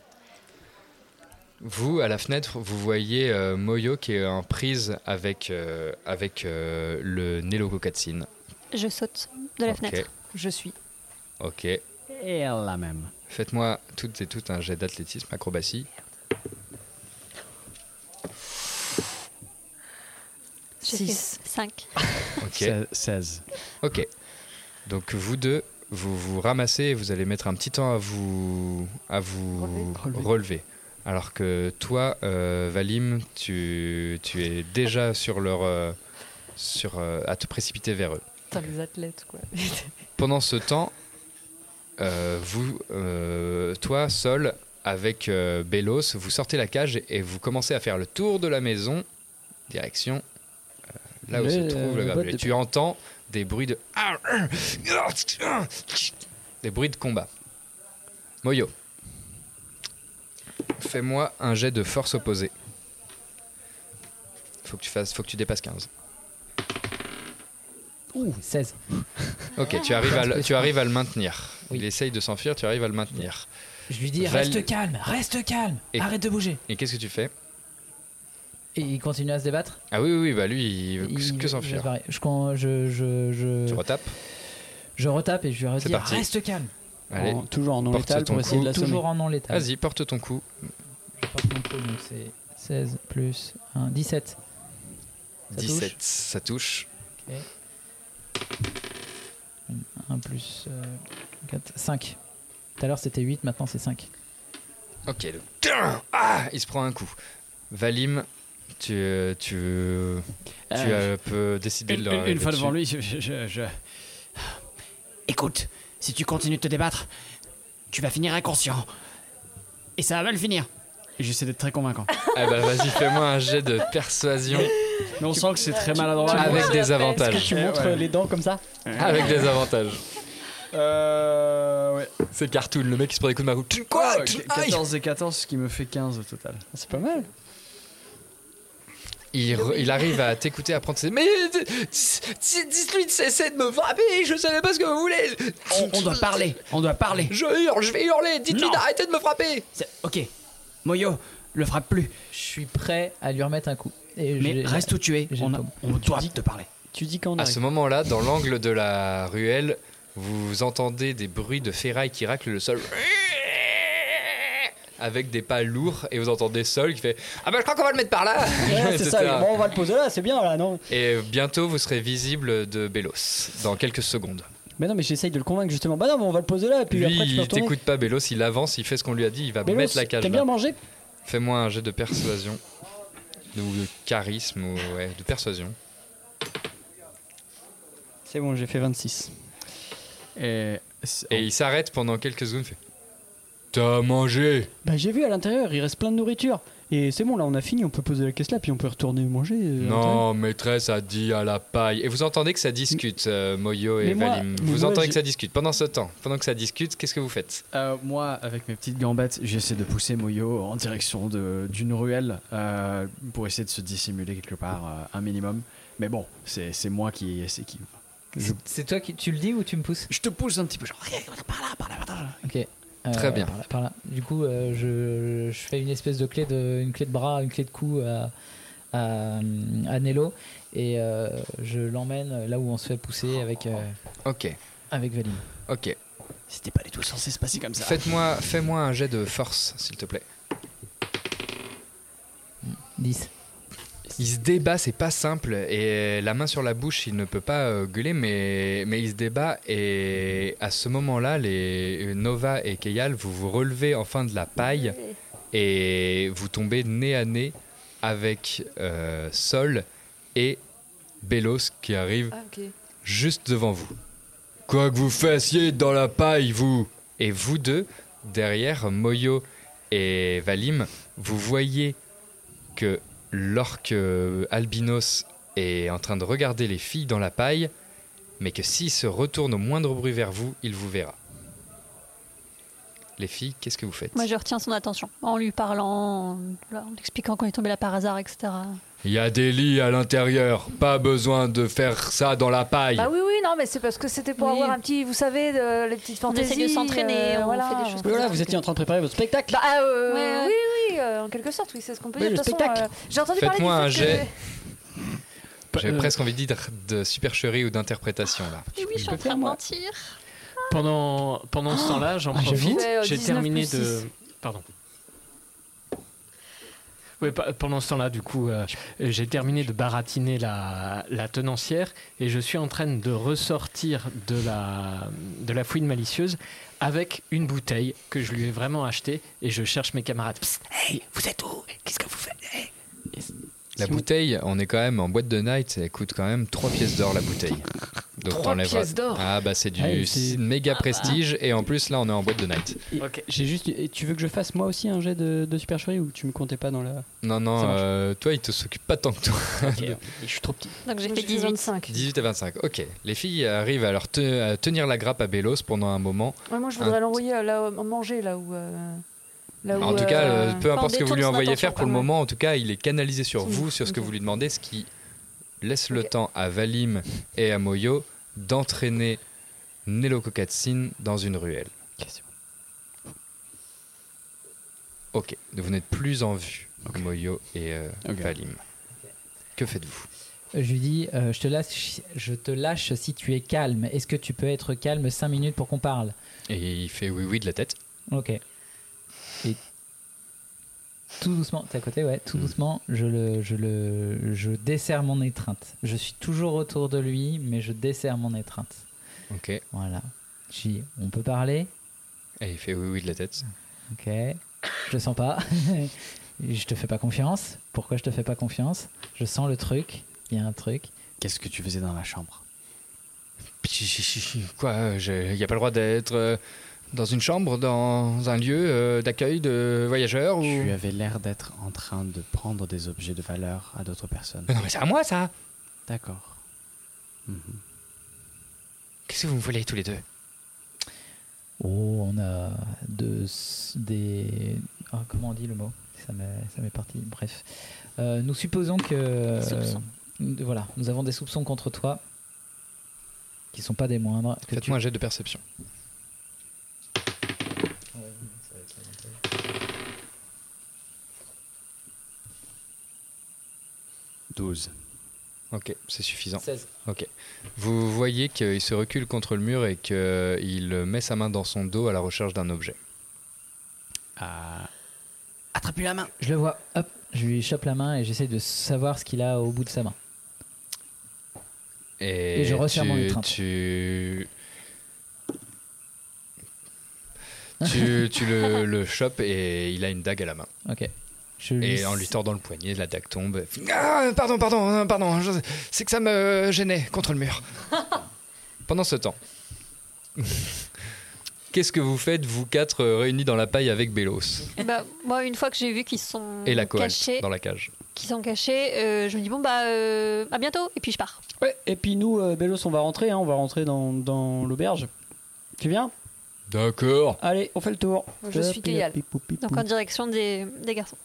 Speaker 7: vous, à la fenêtre, vous voyez euh, Moyo qui est en prise avec, euh, avec euh, le Nelo Kokatsin.
Speaker 6: Je saute de la
Speaker 7: Ok.
Speaker 6: fenêtre.
Speaker 11: Je suis.
Speaker 7: Ok,
Speaker 4: Et la même.
Speaker 7: faites-moi toutes et toutes un jet d'athlétisme, acrobatie.
Speaker 6: Six. 5.
Speaker 7: Ok.
Speaker 4: 16.
Speaker 7: Ok. Donc vous deux, vous vous ramassez et vous allez mettre un petit temps à vous, à vous relever. Alors que toi, euh, Valim, tu, tu es déjà sur leur, euh, sur, euh, à te précipiter vers eux.
Speaker 11: Putain, les athlètes, quoi.
Speaker 7: Pendant ce temps, euh, vous, euh, toi, Sol, avec euh, Bélos, vous sortez la cage et vous commencez à faire le tour de la maison, direction euh, là où
Speaker 8: Le-
Speaker 7: se trouve le
Speaker 8: le
Speaker 7: gravier.
Speaker 8: bot de-
Speaker 7: Tu entends des bruits de... Des bruits de combat. Moyo, fais-moi un jet de force opposée. Faut que tu fasses, faut que tu dépasses 15.
Speaker 5: Ouh, 16.
Speaker 7: Ok,
Speaker 5: Ah,
Speaker 7: tu arrives à le, tu arrives à le maintenir. Il essaye de s'enfuir, tu arrives à le maintenir.
Speaker 5: Je lui dis
Speaker 7: Val-
Speaker 5: Reste calme, reste calme,
Speaker 7: Et-
Speaker 5: arrête de bouger.
Speaker 7: Et qu'est-ce que tu fais
Speaker 5: Et il continue à se débattre
Speaker 7: Ah oui, oui, oui, bah lui, il veut que-
Speaker 5: Il-
Speaker 7: que
Speaker 5: il
Speaker 7: s'enfuir.
Speaker 5: va se barrer. Je, con- je, je, je,
Speaker 7: Tu retapes
Speaker 5: je retape et je lui redis
Speaker 7: C'est parti.
Speaker 5: Reste calme.
Speaker 7: Allez,
Speaker 8: En- toujours en non
Speaker 7: porte
Speaker 8: létal
Speaker 7: ton
Speaker 8: pour essayer de
Speaker 7: coup.
Speaker 8: l'assommer.
Speaker 5: Toujours en non létal.
Speaker 7: Vas-y, porte ton coup.
Speaker 5: Je porte mon coup, donc c'est 16 plus 1, 17. Ça
Speaker 7: 17,
Speaker 5: touche.
Speaker 7: ça touche.
Speaker 5: Ok. 1 plus 4, 5. Tout à l'heure c'était 8, maintenant c'est 5.
Speaker 7: Ok, donc, tain, ah, il se prend un coup. Valim, tu, euh, tu, euh, tu
Speaker 4: Euh,
Speaker 7: euh, peux décider
Speaker 4: Une,
Speaker 7: de
Speaker 4: une-
Speaker 7: le
Speaker 4: une fois devant lui, je, je- je- je- Écoute, si tu continues de te débattre, tu vas finir inconscient. Et ça va mal finir. Et J'essaie d'être très convaincant.
Speaker 7: Ah bah vas-y, fais-moi un jet de persuasion.
Speaker 4: Mais on sent que c'est très maladroit. Eh
Speaker 7: Avec des avantages.
Speaker 8: Tu montres les dents comme ça
Speaker 7: Avec des avantages.
Speaker 4: Euh. Ouais. Ah,
Speaker 7: C'est cartoon, le mec qui se prend des coups de marou.
Speaker 4: Oh,
Speaker 7: Quoi
Speaker 4: Ouais, 14 et 14, ce qui me fait 15 au total.
Speaker 8: C'est pas mal.
Speaker 7: Il, re- il arrive à t'écouter, à prendre ses. Mais euh, dis- dites-lui de cesser de me frapper, je savais pas ce que vous voulez.
Speaker 12: On, on doit parler, on doit parler.
Speaker 7: Je hurle, je vais hurler, dites-lui
Speaker 12: Non.
Speaker 7: d'arrêter de me frapper.
Speaker 12: Ok, Moyo, le frappe plus.
Speaker 5: Je suis prêt à lui remettre un coup. Et
Speaker 12: Mais
Speaker 5: j'ai-
Speaker 12: reste où tu es,
Speaker 5: j'ai
Speaker 12: on,
Speaker 5: le
Speaker 12: a-
Speaker 5: pomme.
Speaker 12: on doit te parler.
Speaker 8: Tu dis quand
Speaker 7: À ce moment-là, dans l'angle de la ruelle, vous entendez des bruits de ferraille qui raclent le sol. Avec des pas lourds, et vous entendez Sol qui fait Ah bah je crois qu'on va le mettre par là
Speaker 8: Ouais, c'est
Speaker 7: etc.
Speaker 8: ça. Bon, on va le poser là, c'est bien là, non
Speaker 7: Et bientôt vous serez visible de Bélos, dans quelques secondes.
Speaker 8: Mais non, mais j'essaye de le convaincre justement. Bah non, mais on va le poser là, et puis
Speaker 7: Lui,
Speaker 8: après tu peux
Speaker 7: il
Speaker 8: retourner.
Speaker 7: t'écoute pas, Bélos, il avance, il fait ce qu'on lui a dit, il va
Speaker 8: Bélos,
Speaker 7: mettre la cage.
Speaker 8: T'aimes
Speaker 7: là.
Speaker 8: bien manger
Speaker 7: Fais-moi un jet de persuasion. Ou de charisme, ou ouais, de persuasion.
Speaker 8: C'est bon, j'ai fait 26.
Speaker 7: Et, il s'arrête pendant quelques secondes, il fait T'as mangé
Speaker 8: Bah j'ai vu à l'intérieur, il reste plein de nourriture. Et c'est bon, là on a fini, on peut poser la caisse là, puis on peut retourner manger. euh, à l'intérieur.
Speaker 7: Non, maîtresse a dit à la paille. Et vous entendez que ça discute, euh, Moyo et
Speaker 4: mais moi-
Speaker 7: Valim.
Speaker 4: mais
Speaker 7: Vous
Speaker 4: moi,
Speaker 7: entendez
Speaker 4: j'ai-
Speaker 7: que ça discute. Pendant ce temps, pendant que ça discute, qu'est-ce que vous faites
Speaker 4: Euh, moi, avec mes petites gambettes, j'essaie de pousser Moyo en direction de- d'une ruelle euh, pour essayer de se dissimuler quelque part euh, un minimum. Mais bon, c'est c'est moi qui essaie qui. Je...
Speaker 5: C'est toi qui tu le dis ou tu me pousses
Speaker 4: Je te pousse un petit peu, genre.
Speaker 5: Ok. Euh,
Speaker 7: Très bien.
Speaker 5: Par là, par là. Du coup, euh, je, je fais une espèce de clé de, une clé de bras, une clé de cou à, à, euh, à Nello et euh, je l'emmène là où on se fait pousser avec, euh,
Speaker 7: Oh. Ok,
Speaker 5: avec Valine.
Speaker 7: ok.
Speaker 4: C'était pas du tout censé se passer comme ça.
Speaker 7: Faites-moi fais -moi un jet de force, s'il te plaît.
Speaker 5: 10.
Speaker 7: Il se débat, c'est pas simple. Et la main sur la bouche, il ne peut pas euh, gueuler, mais, mais il se débat. Et à ce moment-là, les euh, Nova et Keyal, vous vous relevez enfin de la paille et vous tombez nez à nez avec euh, Sol et Belos qui arrive
Speaker 11: Ah, ok.
Speaker 7: juste devant vous. Quoi que vous fassiez dans la paille, vous Et vous deux, derrière Moyo et Valim, vous voyez que l'orque euh, albinos est en train de regarder les filles dans la paille, mais que s'il se retourne au moindre bruit vers vous, il vous verra. Les filles, qu'est-ce que vous faites
Speaker 6: Moi, je retiens son attention en lui parlant, en lui expliquant qu'on est tombé là par hasard, etc.
Speaker 7: Il y a des lits à l'intérieur, pas besoin de faire ça dans la paille.
Speaker 11: Bah oui, oui, non, mais c'est parce que c'était pour avoir un petit, vous savez, de- les petites fantaisies.
Speaker 6: essaie de s'entraîner, on fait des choses comme
Speaker 8: Voilà, vous étiez en train de préparer votre spectacle.
Speaker 11: Bah, euh,
Speaker 6: Ouais, ouais.
Speaker 11: oui, oui, euh, en quelque sorte, oui, c'est ce qu'on peut
Speaker 8: Mais
Speaker 11: dire. De
Speaker 8: le
Speaker 11: toute façon,
Speaker 8: spectacle.
Speaker 11: euh, j'ai entendu parler du
Speaker 7: Faites-moi un
Speaker 11: fait que-
Speaker 7: jet. J'ai presque envie de dire de supercherie ou d'interprétation là.
Speaker 6: Oui, je suis en train de mentir.
Speaker 9: Pendant, pendant ce temps-là, j'en
Speaker 6: Ah, j'avoue.
Speaker 9: profite.
Speaker 6: Ouais, euh,
Speaker 9: J'ai
Speaker 6: 19
Speaker 9: terminé
Speaker 6: plus
Speaker 9: de.
Speaker 4: Euh,
Speaker 6: six.
Speaker 9: Pardon. Ouais, pa- pendant ce temps-là, du coup, euh, j'ai terminé de baratiner la, la tenancière et je suis en train de ressortir de la, de la fouine malicieuse avec une bouteille que je lui ai vraiment achetée et je cherche mes camarades. Psst, hey, vous êtes où Qu'est-ce que vous faites Hey.
Speaker 7: La bouteille, on est quand même en boîte de night, elle coûte quand même 3 pièces d'or la bouteille. Donc
Speaker 9: Trois
Speaker 7: t'enlèveras-
Speaker 9: pièces d'or
Speaker 7: Ah bah c'est du
Speaker 8: Hey, c'est-
Speaker 7: méga
Speaker 8: Ah bah.
Speaker 7: prestige et en plus là on est en boîte de night.
Speaker 8: J'ai juste. et tu veux que je fasse moi aussi un jet de, de supercherie ou tu me comptais pas dans la.
Speaker 7: Non non,
Speaker 8: Ça marche.
Speaker 7: euh, toi il te s'occupe pas tant que toi.
Speaker 8: Je suis trop petit.
Speaker 6: Donc j'ai
Speaker 11: Moi,
Speaker 6: fait
Speaker 11: j'ai fait
Speaker 6: 18.
Speaker 11: 25.
Speaker 7: 18 à 25. OK. Les filles arrivent à leur te- à tenir la grappe à Bélos pendant un moment.
Speaker 11: Ouais, moi, je
Speaker 7: Un-
Speaker 11: voudrais l'envoyer euh, là, où- manger là où. euh, là où,
Speaker 7: en tout
Speaker 11: euh,
Speaker 7: cas, euh, peu importe ce que vous lui envoyez faire, pour le
Speaker 11: Ouais.
Speaker 7: moment, en tout cas, il est canalisé sur
Speaker 11: C'est
Speaker 7: vous,
Speaker 11: bon.
Speaker 7: sur ce que
Speaker 11: Ok.
Speaker 7: vous lui demandez, ce qui laisse le temps à Valim et à Moyo d'entraîner Nelo Kokatsin dans une ruelle. Ok, vous n'êtes plus en vue, Moyo et euh, Valim. Que faites-vous
Speaker 5: Euh, Je lui dis, euh, je, te lâche, je te lâche si tu es calme. Est-ce que tu peux être calme 5 minutes pour qu'on parle
Speaker 7: Et il fait oui oui de la tête.
Speaker 5: Ok. Et tout doucement, t'es à côté, ouais,
Speaker 4: Mm.
Speaker 5: tout doucement, je le, je le, je desserre mon étreinte. Je suis toujours autour de lui, mais je desserre mon étreinte.
Speaker 7: Ok.
Speaker 5: Voilà. Je dis, on peut parler
Speaker 7: Et il fait oui oui de la tête.
Speaker 5: Ok. Je le sens pas. je te fais pas confiance. Pourquoi je te fais pas confiance Je sens le truc. Il y a un truc.
Speaker 4: Qu'est-ce que tu faisais dans la chambre
Speaker 7: Quoi Il n'y a pas le droit d'être euh, dans une chambre, dans un lieu euh, d'accueil de voyageurs ou...
Speaker 4: Tu avais l'air d'être en train de prendre des objets de valeur à d'autres personnes.
Speaker 7: Mais non mais c'est à moi ça
Speaker 4: D'accord. Mhm.
Speaker 7: Qu'est-ce que vous me voulez tous les deux
Speaker 5: Oh, on a de- des. ah, comment on dit le mot Ça m'est ça m'est parti. Bref. Euh, nous supposons que.
Speaker 8: Des soupçons.
Speaker 5: euh, voilà, nous avons des soupçons contre toi qui sont pas des moindres. que tu-
Speaker 7: Faites-moi un jet de perception. Ok, c'est suffisant.
Speaker 5: 16.
Speaker 7: Ok. Vous voyez qu'il se recule contre le mur et qu'il met sa main dans son dos à la recherche d'un objet.
Speaker 4: Ah.
Speaker 5: Attrape la main. Je le vois. Hop, je lui chope la main et j'essaie de savoir ce qu'il a au bout de sa main.
Speaker 7: Et,
Speaker 5: Et je resserre
Speaker 7: tu,
Speaker 5: mon étreinte.
Speaker 7: Tu... tu, tu le, le chopes et il a une dague à la main.
Speaker 5: Ok. Je
Speaker 7: Et
Speaker 5: lui-
Speaker 7: en lui tordant le poignet, la dague tombe.
Speaker 10: Ah, pardon, pardon,
Speaker 7: hein,
Speaker 10: euh, pardon. je-
Speaker 7: C'est que ça me gênait contre le mur. Pendant ce temps, qu'est-ce que vous faites, vous quatre, euh, réunis dans la paille avec Bélos
Speaker 6: Bah, moi, une fois que j'ai vu qu'ils sont
Speaker 7: et la coalte
Speaker 6: cachés,
Speaker 7: dans la cage
Speaker 6: qu'ils sont cachés, euh, je me dis bon bah euh, à bientôt et puis je pars.
Speaker 8: Ouais, et puis nous, euh, Bélos, on va rentrer, hein, on va rentrer dans, dans l'auberge. Tu viens
Speaker 7: D'accord.
Speaker 8: Allez, on fait le tour.
Speaker 6: Je suis Gaëlle. Donc en direction des, des garçons.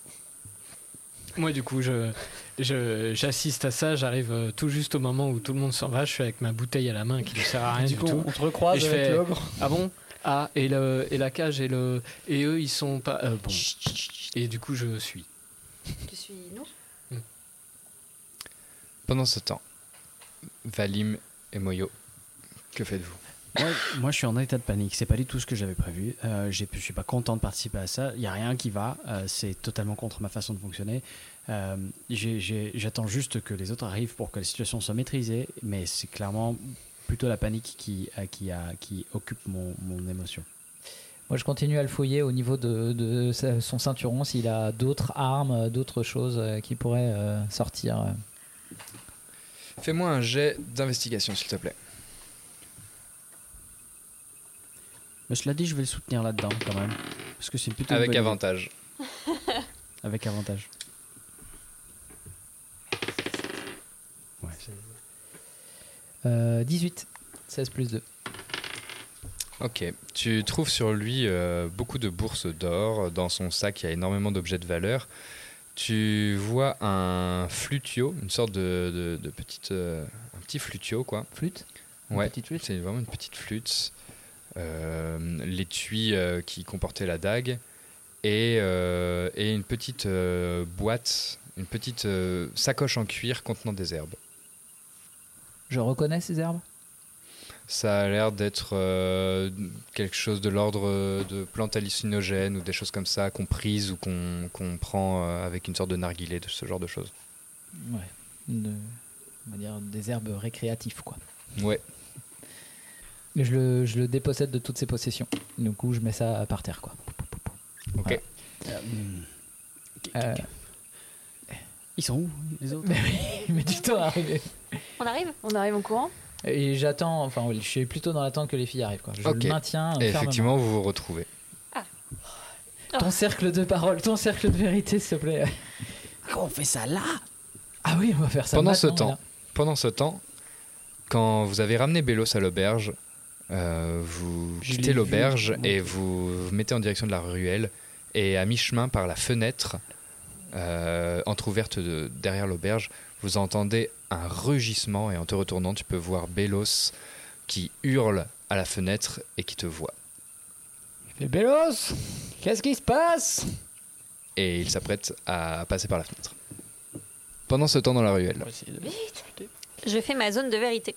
Speaker 9: Moi, du coup, je, je- j'assiste à ça. J'arrive euh, tout juste au moment où tout le monde s'en va. Je suis avec ma bouteille à la main qui ne sert à rien
Speaker 8: Du
Speaker 9: du,
Speaker 8: coup,
Speaker 9: tout.
Speaker 8: on se recroise
Speaker 9: Et je
Speaker 8: avec
Speaker 9: fais,
Speaker 8: l'ogre.
Speaker 9: Ah bon Ah, et, le, et la cage et, le, et eux, ils sont pas. euh, bon. Et du coup, je suis.
Speaker 11: Je suis nous.
Speaker 7: Pendant ce temps, Valim et Moyo, que faites-vous
Speaker 4: Moi, moi, je suis en état de panique. C'est pas du tout ce que j'avais prévu. Euh, j'ai- je suis pas content de participer à ça. Il y a rien qui va. Euh, c'est totalement contre ma façon de fonctionner. Euh, j'ai- j'ai- J'attends juste que les autres arrivent pour que la situation soit maîtrisée. Mais c'est clairement plutôt la panique qui, à- qui, a- qui occupe mon, mon émotion.
Speaker 5: Moi, je continue à le fouiller au niveau de, de sa- son ceinturon s'il a d'autres armes, d'autres choses euh, qui pourraient euh, sortir.
Speaker 7: Fais-moi un jet d'investigation, s'il te plaît.
Speaker 4: Mais cela dit, je vais le soutenir là-dedans quand même. Parce que c'est plutôt. une
Speaker 7: Avec
Speaker 4: bonne idée.
Speaker 7: avantage.
Speaker 4: Avec avantage. Ouais.
Speaker 5: Euh, 18. 16 plus 2.
Speaker 7: Ok, tu trouves sur lui euh, beaucoup de bourses d'or. Dans son sac, il y a énormément d'objets de valeur. Tu vois un flutio, une sorte de, de- de petite. euh, un petit flutio, quoi.
Speaker 5: Flûte
Speaker 7: Une Ouais, c'est vraiment une petite flûte. Euh, L'étui euh, qui comportait la dague. Et, euh, et une petite euh, boîte, une petite euh, sacoche en cuir contenant des herbes.
Speaker 5: Je reconnais ces herbes
Speaker 7: Ça a l'air d'être euh, quelque chose de l'ordre euh, de plantes hallucinogènes ou des choses comme ça qu'on prise ou qu'on qu'on prend euh, avec une sorte de narguilé, de ce genre de choses.
Speaker 5: Ouais. De, on va dire des herbes récréatives, quoi.
Speaker 7: Ouais.
Speaker 5: Et je le, je le dépossède de toutes ses possessions. Du coup, je mets ça par terre, quoi.
Speaker 7: Ok.
Speaker 4: hmm.
Speaker 5: Euh,
Speaker 4: Ils sont où les autres
Speaker 5: mais du temps à arriver.
Speaker 6: On arrive
Speaker 11: On arrive en courant
Speaker 5: Et j'attends, enfin, je suis plutôt dans l'attente que les filles arrivent, quoi. Je
Speaker 7: Ok.
Speaker 5: le maintiens.
Speaker 7: Et
Speaker 5: fermement.
Speaker 7: effectivement, vous vous retrouvez.
Speaker 5: Ton cercle de parole, ton cercle de vérité, s'il te plaît.
Speaker 12: on fait ça là
Speaker 5: Ah oui, on va faire ça.
Speaker 7: pendant ce
Speaker 5: maintenant,
Speaker 7: temps, pendant ce temps, quand vous avez ramené Bélos à l'auberge, euh, vous
Speaker 9: Je l'ai
Speaker 7: quittez
Speaker 9: vu,
Speaker 7: l'auberge
Speaker 9: moi.
Speaker 7: et vous vous mettez en direction de la ruelle et à mi-chemin par la fenêtre euh, entr'ouverte de- derrière l'auberge, vous entendez un rugissement et en te retournant, tu peux voir Bélos qui hurle à la fenêtre et qui te voit.
Speaker 8: Mais Bélos, qu'est-ce qui se passe
Speaker 7: Et il s'apprête à passer par la fenêtre. Pendant ce temps dans la ruelle.
Speaker 6: Je fais ma zone de vérité.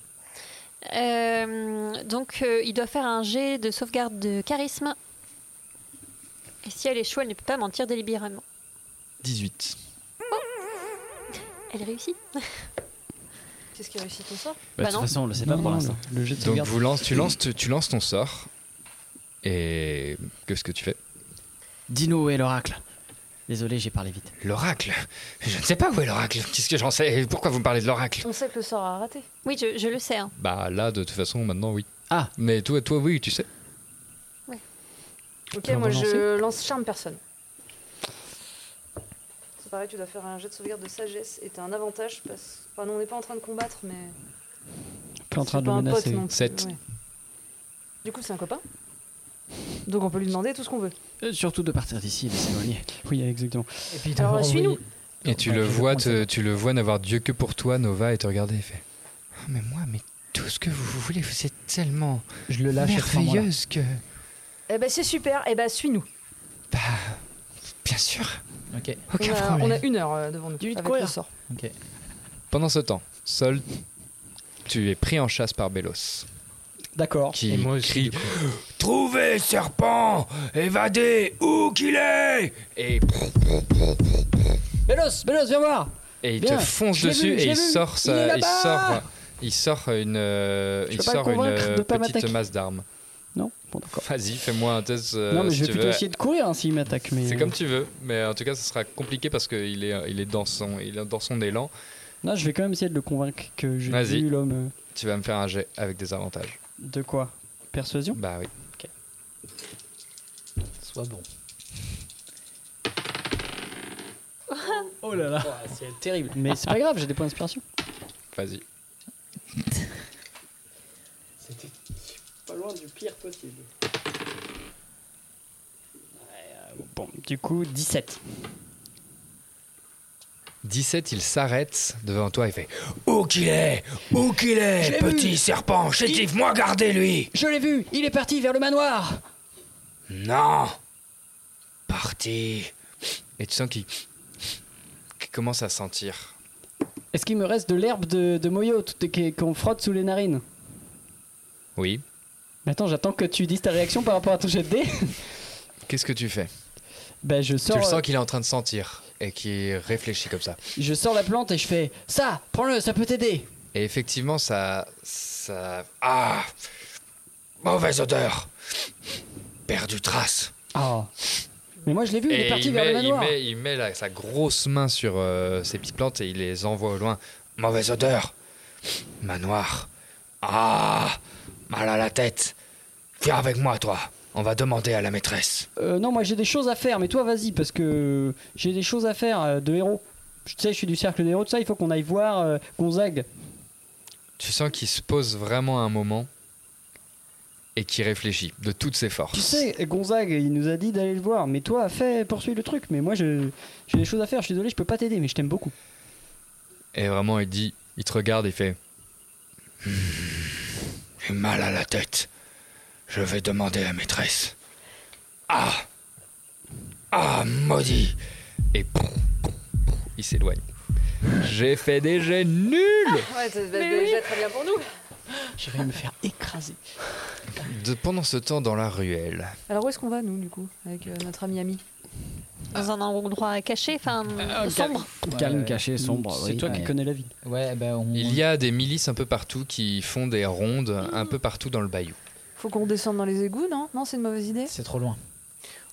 Speaker 6: Euh, donc euh, il doit faire un jet de sauvegarde de charisme. Et si elle échoue, elle ne peut pas mentir délibérément.
Speaker 7: 18.
Speaker 6: Elle réussit.
Speaker 11: Qu'est-ce qui réussit ton sort
Speaker 7: Bah, de toute façon, on le sait pas pour l'instant.
Speaker 8: Le jet de
Speaker 7: Donc
Speaker 8: sauvegarde.
Speaker 7: vous lance, tu, lances, tu, tu lances ton sort. Et qu'est-ce que tu fais
Speaker 4: Dis-nous où est l'oracle. Désolé, j'ai parlé vite.
Speaker 7: L'oracle Je ne sais pas où est l'oracle. Qu'est-ce que j'en sais Pourquoi vous me parlez de l'oracle
Speaker 11: On sait que le sort a raté.
Speaker 6: Oui, je, je le sais. hein.
Speaker 7: Bah là, de toute façon, maintenant, oui.
Speaker 4: Ah
Speaker 7: Mais toi, toi oui, tu sais.
Speaker 11: Ok,
Speaker 7: Alors,
Speaker 11: moi
Speaker 7: on va
Speaker 11: je
Speaker 7: lancer
Speaker 11: lance charme personne. C'est pareil, tu dois faire un jet de sauvegarde de sagesse et t'as un avantage parce que. Enfin, non, on n'est pas en train de combattre, mais.
Speaker 8: T'es en train
Speaker 11: c'est
Speaker 8: de
Speaker 11: pas
Speaker 8: le
Speaker 11: un pote
Speaker 8: menacer.
Speaker 11: non plus,
Speaker 7: Sept.
Speaker 11: ouais. Du coup, c'est un copain Donc on peut lui demander tout ce qu'on veut.
Speaker 4: Euh, Surtout de partir d'ici et de s'éloigner.
Speaker 8: Oui, exactement.
Speaker 11: Et puis, Alors, suis-nous.
Speaker 7: Et
Speaker 4: Bah,
Speaker 7: tu le vois, te- tu le vois n'avoir Dieu que pour toi, Nova, et te regarder et fait. Ah, mais moi, mais tout ce que vous voulez, vous êtes tellement
Speaker 5: Je le lâche à ce moment-là.
Speaker 7: merveilleuse que.
Speaker 11: Eh ben c'est super, eh ben suis-nous.
Speaker 7: Bien sûr.
Speaker 5: Ok.
Speaker 11: On a- on, a, une heure euh, devant nous. avec le sort.
Speaker 5: Ok.
Speaker 7: Pendant ce temps, Sol, tu es pris en chasse par Belos.
Speaker 8: D'accord.
Speaker 7: Qui crie
Speaker 10: Trouvez serpent Évadez où qu'il est
Speaker 7: et,
Speaker 8: Bélos, Bélos, viens voir
Speaker 7: et il
Speaker 8: Bien,
Speaker 7: te fonce
Speaker 8: je l'ai
Speaker 7: dessus
Speaker 8: vu, je
Speaker 7: et
Speaker 8: l'ai
Speaker 7: il
Speaker 8: vu,
Speaker 7: sort,
Speaker 8: il est
Speaker 7: sa, il
Speaker 8: là-bas
Speaker 7: sort, euh, il sort une, euh,
Speaker 8: Tu
Speaker 7: il
Speaker 8: peux pas
Speaker 7: sort
Speaker 8: le
Speaker 7: une
Speaker 8: convaincre de
Speaker 7: euh,
Speaker 8: pas
Speaker 7: petite
Speaker 8: m'attaquer
Speaker 7: masse d'armes.
Speaker 8: Non,
Speaker 7: Vas-y, fais-moi un test. euh,
Speaker 8: Non, mais
Speaker 7: si
Speaker 8: je vais
Speaker 7: tu
Speaker 8: plutôt
Speaker 7: veux.
Speaker 8: essayer de courir hein, s'il m'attaque. Mais...
Speaker 7: C'est comme tu veux, mais en tout cas, ça sera compliqué parce qu'il est, il est dans son, il est dans son élan.
Speaker 8: Non, je vais quand même essayer de le convaincre que j'ai
Speaker 7: Vas-y.
Speaker 8: vu l'homme. euh,
Speaker 7: Tu vas me faire un jet avec des avantages.
Speaker 8: De quoi Persuasion
Speaker 7: Bah oui.
Speaker 5: Sois bon.
Speaker 8: Oh là là
Speaker 12: C'est terrible.
Speaker 8: Mais c'est pas grave, j'ai des points d'inspiration.
Speaker 7: Vas-y.
Speaker 8: C'était pas loin du pire possible. Bon, du coup, 17.
Speaker 7: 17, il s'arrête devant toi et fait
Speaker 10: Où qu'il est Où qu'il
Speaker 7: Eh,
Speaker 8: Je
Speaker 10: est
Speaker 8: l'ai
Speaker 10: Petit
Speaker 8: vu.
Speaker 10: serpent, chétif-moi, gardez-lui
Speaker 8: Je l'ai vu, il est parti vers le manoir
Speaker 10: Non Parti
Speaker 7: Et tu sens qu'il qu'il commence à sentir.
Speaker 8: Est-ce qu'il me reste de l'herbe de, de Moyo tout- qui- qu'on frotte sous les narines
Speaker 7: Oui.
Speaker 8: Mais attends, j'attends que tu dises ta réaction par rapport à ton jet de dés.
Speaker 7: Qu'est-ce que tu fais
Speaker 8: Ben, je
Speaker 7: Tu
Speaker 8: sors,
Speaker 7: le
Speaker 8: euh,
Speaker 7: sens qu'il est en train de sentir et qu'il réfléchit comme ça.
Speaker 8: je sors la plante et je fais Ça, prends-le, ça peut t'aider
Speaker 7: Et effectivement, ça. ça...
Speaker 10: Ah Mauvaise odeur Perdu trace
Speaker 8: Oh Mais moi je l'ai vu, il
Speaker 7: Et
Speaker 8: est parti
Speaker 7: il
Speaker 8: vers
Speaker 7: met,
Speaker 8: le
Speaker 7: il
Speaker 8: manoir
Speaker 7: met, il met la- sa grosse main sur euh, ses petites plantes et il les envoie au loin.
Speaker 10: Mauvaise odeur Manoir Ah Mal à la tête Viens avec moi, toi On va demander à la maîtresse.
Speaker 8: Euh, non, moi j'ai des choses à faire, mais toi vas-y, parce que j'ai des choses à faire euh, de héros. Je- Tu sais, je suis du cercle des héros, tout ça, il faut qu'on aille voir euh, Gonzague.
Speaker 7: Tu sens qu'il se pose vraiment un moment et qu'il réfléchit de toutes ses forces.
Speaker 8: Tu sais, Gonzague, il nous a dit d'aller le voir, mais toi, fais, poursuis le truc. Mais moi, je- j'ai des choses à faire, je suis désolé, je peux pas t'aider, mais je t'aime beaucoup.
Speaker 7: Et vraiment, il dit, il te regarde et fait
Speaker 10: J'ai mal à la tête. Je vais demander à la maîtresse. Ah Ah, maudit
Speaker 7: et poum, poum, poum, il s'éloigne. J'ai fait des jets nuls.
Speaker 11: Ah, Ouais, ça va être déjà très bien pour nous.
Speaker 8: Je vais me faire écraser.
Speaker 7: De, pendant ce temps, dans la ruelle,
Speaker 11: Alors où est-ce qu'on va nous du coup avec euh, notre ami ami
Speaker 6: Dans un endroit caché, enfin euh, sombre.
Speaker 4: Calme, caché, sombre,
Speaker 8: C'est
Speaker 4: oui,
Speaker 8: toi qui
Speaker 4: ouais.
Speaker 8: connais la vie.
Speaker 5: Ouais, ben on.
Speaker 7: il y a des milices un peu partout qui font des rondes un peu partout dans le bayou.
Speaker 11: Faut qu'on descende dans les égouts, non Non, c'est une mauvaise idée.
Speaker 5: C'est trop loin.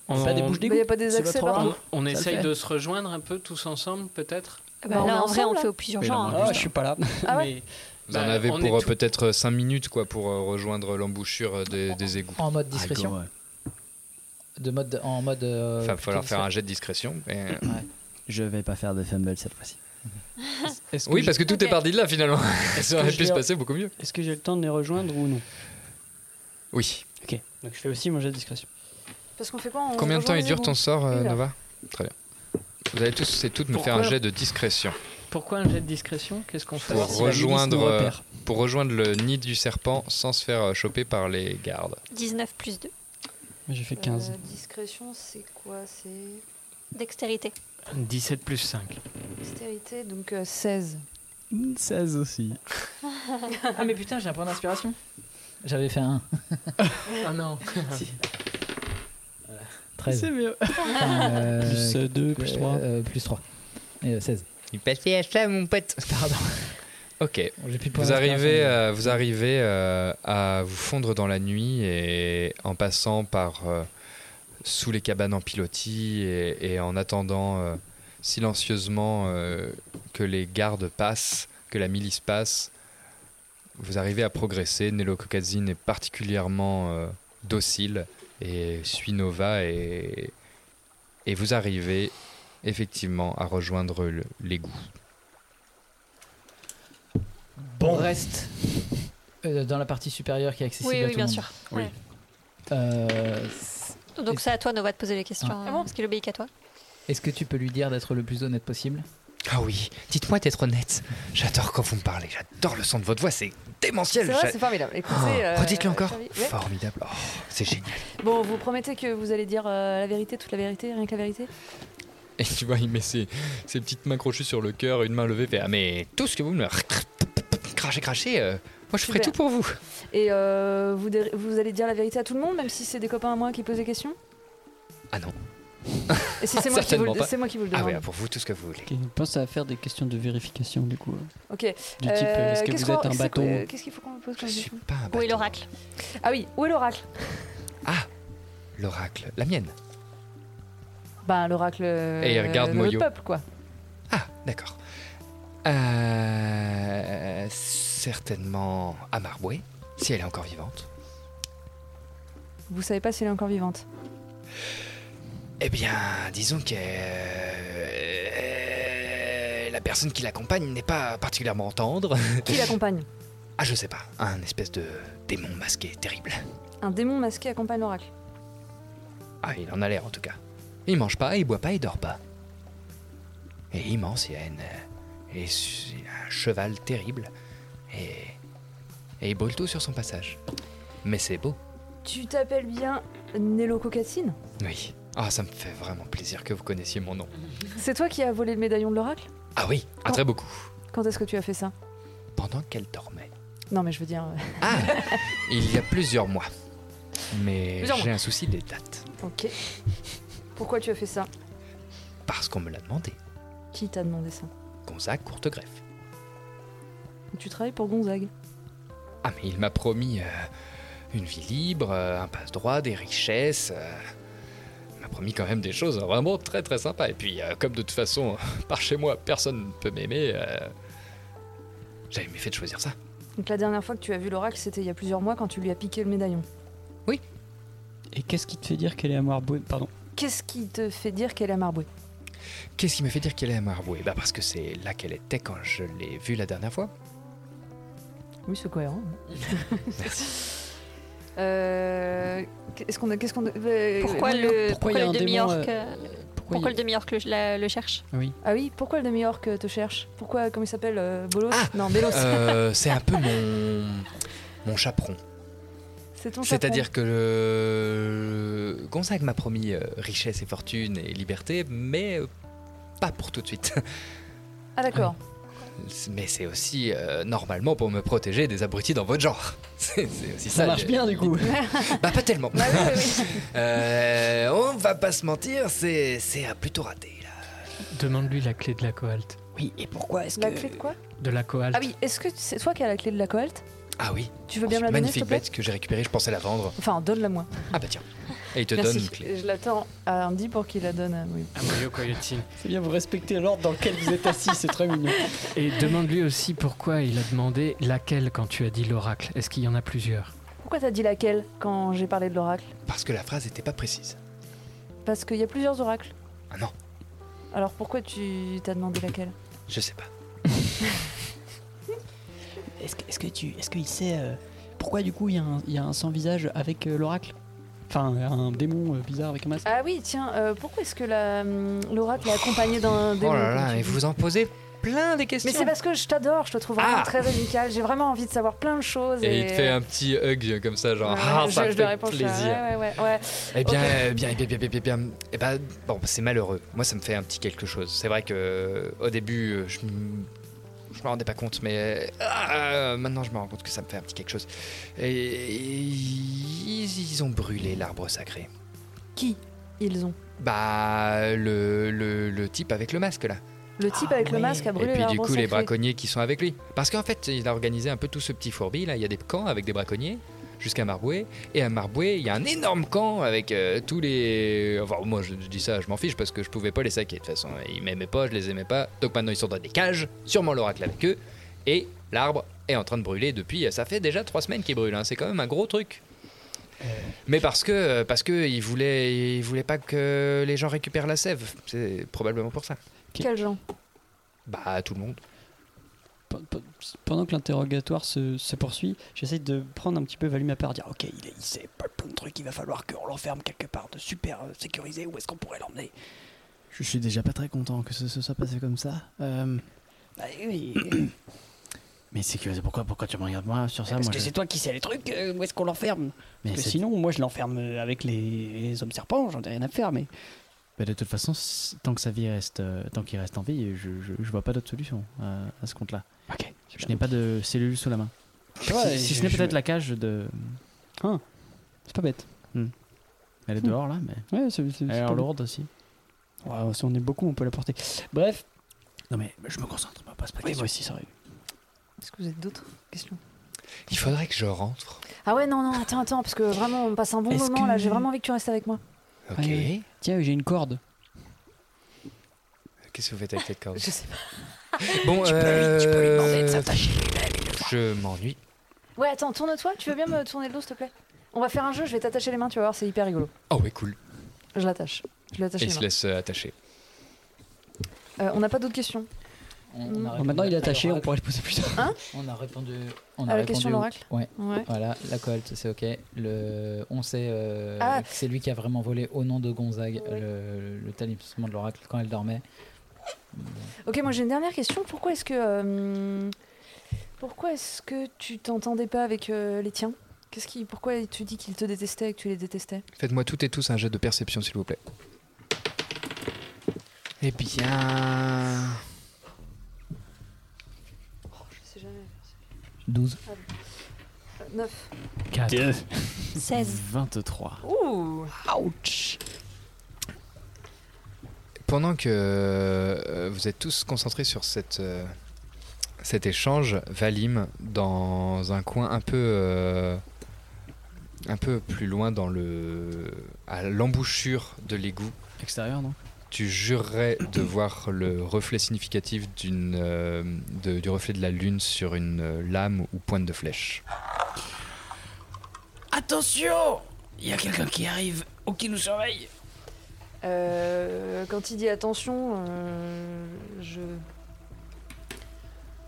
Speaker 9: On,
Speaker 11: fait des bouches d'égouts. Bah, y a pas des accès par
Speaker 9: on,
Speaker 11: là.
Speaker 9: on
Speaker 11: Ça le
Speaker 9: essaye
Speaker 11: fait.
Speaker 9: de se rejoindre un peu tous ensemble, peut-être
Speaker 11: Ah bah, Bah, on là, est en vrai, ensemble, on le fait au
Speaker 9: plus
Speaker 11: plus Mais urgent, là, on hein. est
Speaker 8: Ah, je suis pas là.
Speaker 11: Ah ouais
Speaker 7: Vous
Speaker 9: Bah,
Speaker 7: en avez pour euh, peut-être 5 minutes quoi pour euh, rejoindre l'embouchure euh, des, des égouts.
Speaker 5: En mode discrétion. De mode, en mode. euh,
Speaker 7: Il va falloir faire
Speaker 5: discret.
Speaker 7: un jet de discrétion. mais- euh,
Speaker 13: Je vais pas faire de fumble cette fois-ci.
Speaker 7: Oui, parce que tout est parti de là finalement. Ça aurait
Speaker 8: que je
Speaker 7: pu se
Speaker 8: vais-
Speaker 7: passer beaucoup mieux.
Speaker 8: Est-ce que j'ai le temps de les rejoindre ou non
Speaker 7: Oui.
Speaker 8: Ok, donc je fais aussi mon jet de discrétion.
Speaker 11: Parce qu'on fait quoi on
Speaker 7: Combien de temps
Speaker 11: rejoint
Speaker 7: il
Speaker 11: les
Speaker 7: dure
Speaker 11: égouts
Speaker 7: ton sort, euh,
Speaker 11: Une heure.
Speaker 7: Nova Très bien. Vous allez tous et toutes me faire un
Speaker 9: Pourquoi
Speaker 7: jet de discrétion.
Speaker 9: Pourquoi un jet de discrétion Qu'est-ce qu'on fait
Speaker 7: pour rejoindre, euh, pour rejoindre le nid du serpent sans se faire euh, choper par les gardes.
Speaker 6: 19 plus 2.
Speaker 8: J'ai fait
Speaker 11: Euh, discrétion, c'est quoi C'est
Speaker 6: Dextérité.
Speaker 9: 17 plus 5.
Speaker 11: dextérité, donc euh, 16.
Speaker 13: 16 aussi.
Speaker 5: Ah, mais putain, j'ai un point d'inspiration. J'avais fait un.
Speaker 9: Ah non.
Speaker 5: 13.
Speaker 9: C'est mieux.
Speaker 5: Enfin, euh,
Speaker 8: Plus, euh, deux, plus
Speaker 5: euh,
Speaker 8: trois.
Speaker 5: euh, plus 3. Et euh, 16.
Speaker 7: Il passait à ça, mon pote.
Speaker 5: Pardon.
Speaker 7: Ok.
Speaker 5: J'ai plus de points
Speaker 7: Vous arrivez,
Speaker 5: d'inspiration.
Speaker 7: euh, vous arrivez euh, à vous fondre dans la nuit et en passant par euh, sous les cabanes en pilotis et, et en attendant euh, silencieusement euh, que les gardes passent, que la milice passe, vous arrivez à progresser. Nelo Kokazin est particulièrement euh, docile et suit Nova et, et vous arrivez effectivement à rejoindre le- l'égout.
Speaker 5: On reste euh, dans la partie supérieure qui est accessible
Speaker 6: Oui,
Speaker 5: à
Speaker 6: oui,
Speaker 5: tout
Speaker 6: bien
Speaker 5: le monde.
Speaker 6: sûr. Oui.
Speaker 5: Euh, c-
Speaker 6: Donc c'est à toi, Nova, de poser les questions.
Speaker 5: Ah.
Speaker 6: euh, parce qu'il obéit qu'à toi.
Speaker 5: Est-ce que tu peux lui dire d'être le plus honnête possible
Speaker 7: Ah oui, dites-moi d'être honnête. J'adore quand vous me parlez, j'adore le son de votre voix, c'est démentiel.
Speaker 11: C'est vrai,
Speaker 7: j'a-
Speaker 11: c'est formidable. Écoutez,
Speaker 7: Oh,
Speaker 11: euh,
Speaker 7: Redites-le encore.
Speaker 11: Charlie, ouais.
Speaker 7: Formidable. Oh, c'est génial.
Speaker 11: Bon, vous promettez que vous allez dire euh, la vérité, toute la vérité, rien que la vérité
Speaker 10: Et tu vois, il met ses, ses petites mains crochues sur le cœur, une main levée, fait Ah, mais tout ce que vous me crachez, crachez, euh, moi je ferai
Speaker 11: Super.
Speaker 10: tout pour vous.
Speaker 11: Et euh, vous, dé- vous allez dire la vérité à tout le monde, même si c'est des copains à moi qui posent des questions
Speaker 10: Ah non.
Speaker 11: Et si c'est moi, qui vous
Speaker 8: Certainement
Speaker 11: le-
Speaker 8: pas.
Speaker 11: c'est moi qui vous le
Speaker 7: Ah
Speaker 11: demande.
Speaker 7: oui, ah, pour vous, tout ce que vous voulez.
Speaker 8: Je pense à faire des questions de vérification du coup. euh,
Speaker 11: Ok.
Speaker 8: Du type,
Speaker 11: Euh,
Speaker 8: est-ce que
Speaker 11: qu'est-ce
Speaker 8: vous êtes
Speaker 11: qu'on-
Speaker 8: un
Speaker 11: c'est-
Speaker 8: bateau
Speaker 11: euh, Qu'est-ce qu'il faut qu'on me pose comme question
Speaker 6: Où est l'oracle
Speaker 11: Ah oui, où est l'oracle
Speaker 10: L'oracle, la mienne.
Speaker 11: Bah, l'oracle. euh,
Speaker 10: Et il regarde
Speaker 11: de notre
Speaker 10: Moyo.
Speaker 11: peuple, quoi.
Speaker 7: D'accord. Euh, certainement à Marboué, si elle est encore vivante.
Speaker 11: Vous savez pas si elle est encore vivante.
Speaker 7: Eh bien, disons que euh, la personne qui l'accompagne n'est pas particulièrement tendre.
Speaker 11: Qui l'accompagne
Speaker 7: Ah, je sais pas, un espèce de démon masqué terrible.
Speaker 11: Un démon masqué accompagne l'oracle.
Speaker 7: Ah, il en a l'air en tout cas. Il mange pas, il boit pas, il dort pas. Il est immense, il a, une, il est su- il a un cheval terrible. Et, et il brûle tout sur son passage. Mais c'est beau,
Speaker 11: Tu t'appelles bien Nello Cocatine
Speaker 7: oui. Ah, ça me fait vraiment plaisir que vous connaissiez mon nom.
Speaker 11: C'est toi qui as volé le médaillon de l'oracle
Speaker 7: Ah oui, ah, très beaucoup.
Speaker 11: Quand est-ce que tu as fait ça
Speaker 7: Pendant qu'elle dormait.
Speaker 11: Non, mais je veux dire. euh,
Speaker 10: Ah,
Speaker 7: Il y a plusieurs mois. Mais
Speaker 11: Plusieurs
Speaker 7: j'ai
Speaker 11: mois.
Speaker 7: un souci des dates.
Speaker 11: ok. Pourquoi tu as fait ça
Speaker 7: Parce qu'on me l'a demandé.
Speaker 11: Qui t'a demandé ça
Speaker 7: Gonzague, courte greffe.
Speaker 11: Tu travailles pour Gonzague.
Speaker 7: Ah, mais il m'a promis euh, une vie libre, euh, un passe-droit, des richesses. euh, il m'a promis quand même des choses vraiment très très sympas. Et puis, euh, comme de toute façon, par chez moi, personne ne peut m'aimer, euh, j'avais mieux fait de choisir ça.
Speaker 11: Donc la dernière fois que tu as vu l'oracle, c'était il y a plusieurs mois quand tu lui as piqué le médaillon.
Speaker 8: Et qu'est-ce qui te fait dire qu'elle est à Marboué Pardon.
Speaker 11: Qu'est-ce qui te fait dire qu'elle est à Marboué
Speaker 7: Qu'est-ce qui me fait dire qu'elle est à Marboué Bah, parce que c'est là qu'elle était quand je l'ai vue la dernière fois.
Speaker 11: Oui, c'est cohérent.
Speaker 7: Merci.
Speaker 11: Euh, qu'est-ce qu'on a, qu'est-ce qu'on a- euh,
Speaker 6: Pourquoi
Speaker 8: pourquoi
Speaker 6: le, pourquoi
Speaker 8: il y a
Speaker 6: le
Speaker 8: un démon,
Speaker 6: demi-orc
Speaker 8: euh,
Speaker 6: euh,
Speaker 8: pourquoi
Speaker 6: pourquoi
Speaker 8: il-
Speaker 6: le demi-orc le, la- le cherche
Speaker 11: Ah oui, pourquoi le demi-orc euh, te cherche Pourquoi, comment il s'appelle euh, Bolos Non, Bélos.
Speaker 7: Euh, c'est un peu mon, mon chaperon.
Speaker 11: c'est ton
Speaker 7: C'est-à-dire que euh, Gonzague m'a promis euh, richesse et fortune et liberté, mais euh, pas pour tout de suite.
Speaker 11: chaperon. Ah d'accord.
Speaker 7: Mais c'est aussi euh, normalement pour me protéger des abrutis dans votre genre. C'est c'est aussi ça.
Speaker 8: Ça marche
Speaker 7: le-
Speaker 8: bien du coup.
Speaker 7: Bah pas tellement. Euh, on va pas se mentir, c'est c'est euh, plutôt raté. là.
Speaker 9: Demande-lui la clé de la cohalte.
Speaker 8: Oui, et pourquoi est-ce
Speaker 11: La clé de quoi
Speaker 9: De la cohalte.
Speaker 11: Ah oui, est-ce que c'est toi qui as la clé de la cohalte
Speaker 7: Ah oui.
Speaker 11: Tu veux bien me la donner, s'il
Speaker 7: Magnifique
Speaker 11: te plaît
Speaker 7: bête que j'ai récupérée, je pensais la vendre.
Speaker 11: Enfin, donne-la moi.
Speaker 7: Ah bah tiens. Et il te
Speaker 11: Merci.
Speaker 7: donne une clé.
Speaker 11: Je l'attends à Andy pour qu'il la donne. à- oui.
Speaker 7: Ah,
Speaker 8: C'est bien, vous respectez l'ordre dans lequel vous êtes assis, c'est très mignon.
Speaker 9: Et demande-lui aussi pourquoi il a demandé laquelle quand tu as dit l'oracle. Est-ce qu'il y en a plusieurs
Speaker 11: Pourquoi t'as dit laquelle quand j'ai parlé de l'oracle
Speaker 7: Parce que la phrase n'était pas précise.
Speaker 11: Parce qu'il y a plusieurs oracles.
Speaker 7: Ah non.
Speaker 11: Alors pourquoi tu t'as demandé laquelle
Speaker 7: Je sais pas.
Speaker 8: Est-ce que, est-ce que tu, est-ce qu'il sait euh, pourquoi du coup il y a un, il y a un sans visage avec euh, l'oracle Enfin, un démon euh, bizarre avec un masque.
Speaker 11: Ah oui, tiens, euh, pourquoi est-ce que la, hum, l'oracle est accompagnée d'un démon
Speaker 7: oh là
Speaker 11: comme
Speaker 7: là,
Speaker 11: tu
Speaker 7: et
Speaker 11: dis
Speaker 7: vous en posez plein des questions.
Speaker 11: Mais c'est parce que je t'adore, je te trouve vraiment
Speaker 7: Ah
Speaker 11: très amical, j'ai vraiment envie de savoir plein de choses.
Speaker 10: Et il te fait un petit hug comme ça, genre
Speaker 11: Ouais,
Speaker 10: Ah, ça
Speaker 11: je-
Speaker 10: me
Speaker 11: je lui
Speaker 10: fait
Speaker 11: réponds, je fais,
Speaker 10: plaisir.
Speaker 11: ouais, ouais, ouais, ouais.
Speaker 7: Eh bien,
Speaker 11: Ok.
Speaker 7: eh bien, eh bien, eh bien, eh bien, eh bien, eh ben, bon, c'est malheureux. Moi, ça me fait un petit quelque chose. C'est vrai que euh, au début, euh, je m- je me rendais pas compte, mais euh, ah, maintenant, je me rends compte que ça me fait un petit quelque chose. Et, et ils, ils ont brûlé l'arbre sacré.
Speaker 11: Qui ils ont
Speaker 7: Bah, le, le, le type avec le masque là.
Speaker 11: Le type avec le masque a
Speaker 7: Ah Et
Speaker 11: brûlé
Speaker 7: puis du
Speaker 11: l'arbre
Speaker 7: coup,
Speaker 11: sacré.
Speaker 7: les braconniers qui sont avec lui. Parce qu'en fait, il a organisé un peu tout ce petit fourbi. Là, il y a des camps avec des braconniers jusqu'à Marboué. Et à Marboué, il y a un énorme camp avec euh, tous les. Enfin, moi, je, je dis ça, je m'en fiche parce que je pouvais pas les saquer de toute façon. Ils m'aimaient pas, je les aimais pas. Donc maintenant, ils sont dans des cages. Sûrement l'oracle avec eux. Et l'arbre est en train de brûler depuis. euh, Ça fait déjà trois semaines qu'il brûle. hein. C'est quand même un gros truc. Mais parce que euh, parce que il voulait il voulait pas que les gens récupèrent la sève. C'est probablement pour ça.
Speaker 11: Quels gens
Speaker 7: Bah tout le monde.
Speaker 8: Pe- pe- Pendant que l'interrogatoire se, se poursuit, j'essaie de prendre un petit peu volume à part, dire ok, il, est- il sait pas plein de truc, il va falloir qu'on l'enferme quelque part de super euh, sécurisé. Où est-ce qu'on pourrait l'emmener
Speaker 4: Je suis déjà pas très content que ce se soit passé comme ça. Euh,
Speaker 8: Bah oui.
Speaker 4: mais sécurisé, pourquoi, pourquoi tu me regardes moi sur ça
Speaker 8: Parce
Speaker 4: moi,
Speaker 8: que
Speaker 4: je-
Speaker 8: c'est toi qui sais les trucs, euh, où est-ce qu'on l'enferme
Speaker 4: Mais
Speaker 8: Parce que
Speaker 4: c'est-
Speaker 8: sinon, moi je l'enferme euh, avec les, les hommes serpents, j'en ai rien à faire, mais.
Speaker 4: Bah, de toute façon, si- tant que sa vie reste, euh, tant qu'il reste en vie, je, je, je vois pas d'autre solution euh, à ce compte-là.
Speaker 8: Ok.
Speaker 4: Je n'ai pas de cellule sous la main.
Speaker 8: Ouais,
Speaker 4: si si
Speaker 8: je-
Speaker 4: ce n'est
Speaker 8: je-
Speaker 4: peut-être la cage de.
Speaker 8: Ah, c'est pas bête.
Speaker 4: Elle est
Speaker 8: Hmm.
Speaker 4: dehors là, mais.
Speaker 8: Ouais, c'est. c'est-
Speaker 4: Elle a
Speaker 8: c'est pas
Speaker 4: l'air
Speaker 8: bête.
Speaker 4: lourde aussi.
Speaker 8: Ouais, si on est beaucoup, on peut la porter. Bref.
Speaker 4: Non mais je me concentre, pas passe pas
Speaker 8: Oui, moi aussi, ça arrive.
Speaker 11: Est-ce que vous avez d'autres questions
Speaker 7: Il faudrait que je rentre.
Speaker 11: Ah ouais, non, non, attends, attends, parce que vraiment, on passe un bon
Speaker 8: Est-ce
Speaker 11: moment
Speaker 8: que-
Speaker 11: là. J'ai vraiment envie que tu restes avec moi.
Speaker 7: Ok.
Speaker 8: Allez, Ah Tiens, j'ai une corde.
Speaker 7: Qu'est-ce que vous faites avec cette corde
Speaker 11: Je sais pas.
Speaker 7: Bon,
Speaker 8: Tu peux lui- tu peux lui demander
Speaker 7: euh,
Speaker 8: de s'attacher
Speaker 7: Je m'ennuie.
Speaker 11: Ouais, attends, tourne-toi. Tu veux bien me tourner le dos, s'il te plaît On va faire un jeu, je vais t'attacher les mains, tu vas voir, c'est hyper rigolo.
Speaker 7: Oh ouais, cool.
Speaker 11: Je l'attache. Je l'attache
Speaker 7: Et il
Speaker 11: les
Speaker 7: se
Speaker 11: mains.
Speaker 7: laisse euh, attacher.
Speaker 11: Euh, on n'a pas d'autres questions.
Speaker 5: On a
Speaker 11: Hmm.
Speaker 5: répondu
Speaker 8: maintenant, il est
Speaker 5: à
Speaker 8: attaché, on
Speaker 5: l'oracle.
Speaker 8: pourrait le poser plus tard.
Speaker 11: Hein
Speaker 5: On a répondu. On
Speaker 11: À la
Speaker 5: a répondu
Speaker 11: question de
Speaker 5: au-
Speaker 11: l'oracle
Speaker 5: ouais.
Speaker 11: Ouais.
Speaker 5: Voilà, la colte, c'est ok. Le, on sait euh,
Speaker 11: Ah.
Speaker 5: que c'est lui qui a vraiment volé au nom de Gonzague le, le talisman de l'oracle quand elle dormait.
Speaker 11: Ok, moi j'ai une dernière question. Pourquoi est-ce que. euh, pourquoi est-ce que tu t'entendais pas avec euh, les tiens Qu'est-ce qui, Pourquoi tu dis qu'ils te détestaient et que tu les détestais
Speaker 7: Faites-moi toutes et tous un jet de perception, s'il vous plaît.
Speaker 14: Eh bien.
Speaker 11: Je sais jamais. Ah
Speaker 5: 12.
Speaker 11: 9.
Speaker 4: 4.
Speaker 11: 16.
Speaker 4: 23.
Speaker 11: Ouh
Speaker 8: Ouch
Speaker 7: Pendant que euh, vous êtes tous concentrés sur cette, euh, cet échange, Valim, dans un coin un peu, euh, un peu plus loin dans le, à l'embouchure de l'égout,
Speaker 4: Extérieur, non
Speaker 7: tu jurerais de voir le reflet significatif d'une, euh, de- du reflet de la lune sur une euh, lame ou pointe de flèche.
Speaker 8: Attention Il y a quelqu'un qui arrive ou qui nous surveille.
Speaker 11: Euh, quand il dit attention, euh, je.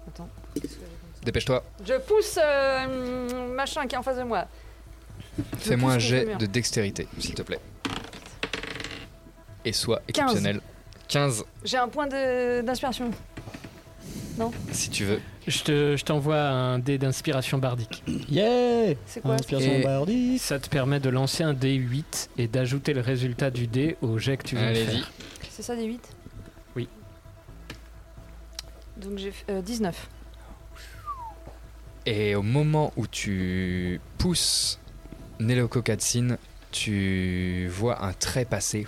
Speaker 11: Attends. qu'est-ce que j'ai
Speaker 7: Dépêche-toi,
Speaker 11: comme ça Je pousse euh, machin qui est en face de moi. Je
Speaker 7: fais-moi
Speaker 11: pousse
Speaker 7: un
Speaker 11: contre le
Speaker 7: jet
Speaker 11: mur.
Speaker 7: de dextérité, s'il te plaît. Et sois
Speaker 11: 15.
Speaker 7: exceptionnel. 15,
Speaker 11: J'ai un point de- d'inspiration.
Speaker 7: si tu veux.
Speaker 9: Je te- je t'envoie un dé d'inspiration bardique.
Speaker 8: Yeah
Speaker 11: C'est quoi
Speaker 8: Inspiration
Speaker 9: Et
Speaker 8: bardique.
Speaker 9: Ça te permet de lancer un dé 8 et d'ajouter le résultat du dé au jet que tu viens de
Speaker 7: Allez-y.
Speaker 9: faire.
Speaker 11: C'est ça des 8
Speaker 9: Oui.
Speaker 11: Donc j'ai f- euh, 19.
Speaker 7: Et au moment où tu pousses Nelokokatsin, tu vois un trait passer,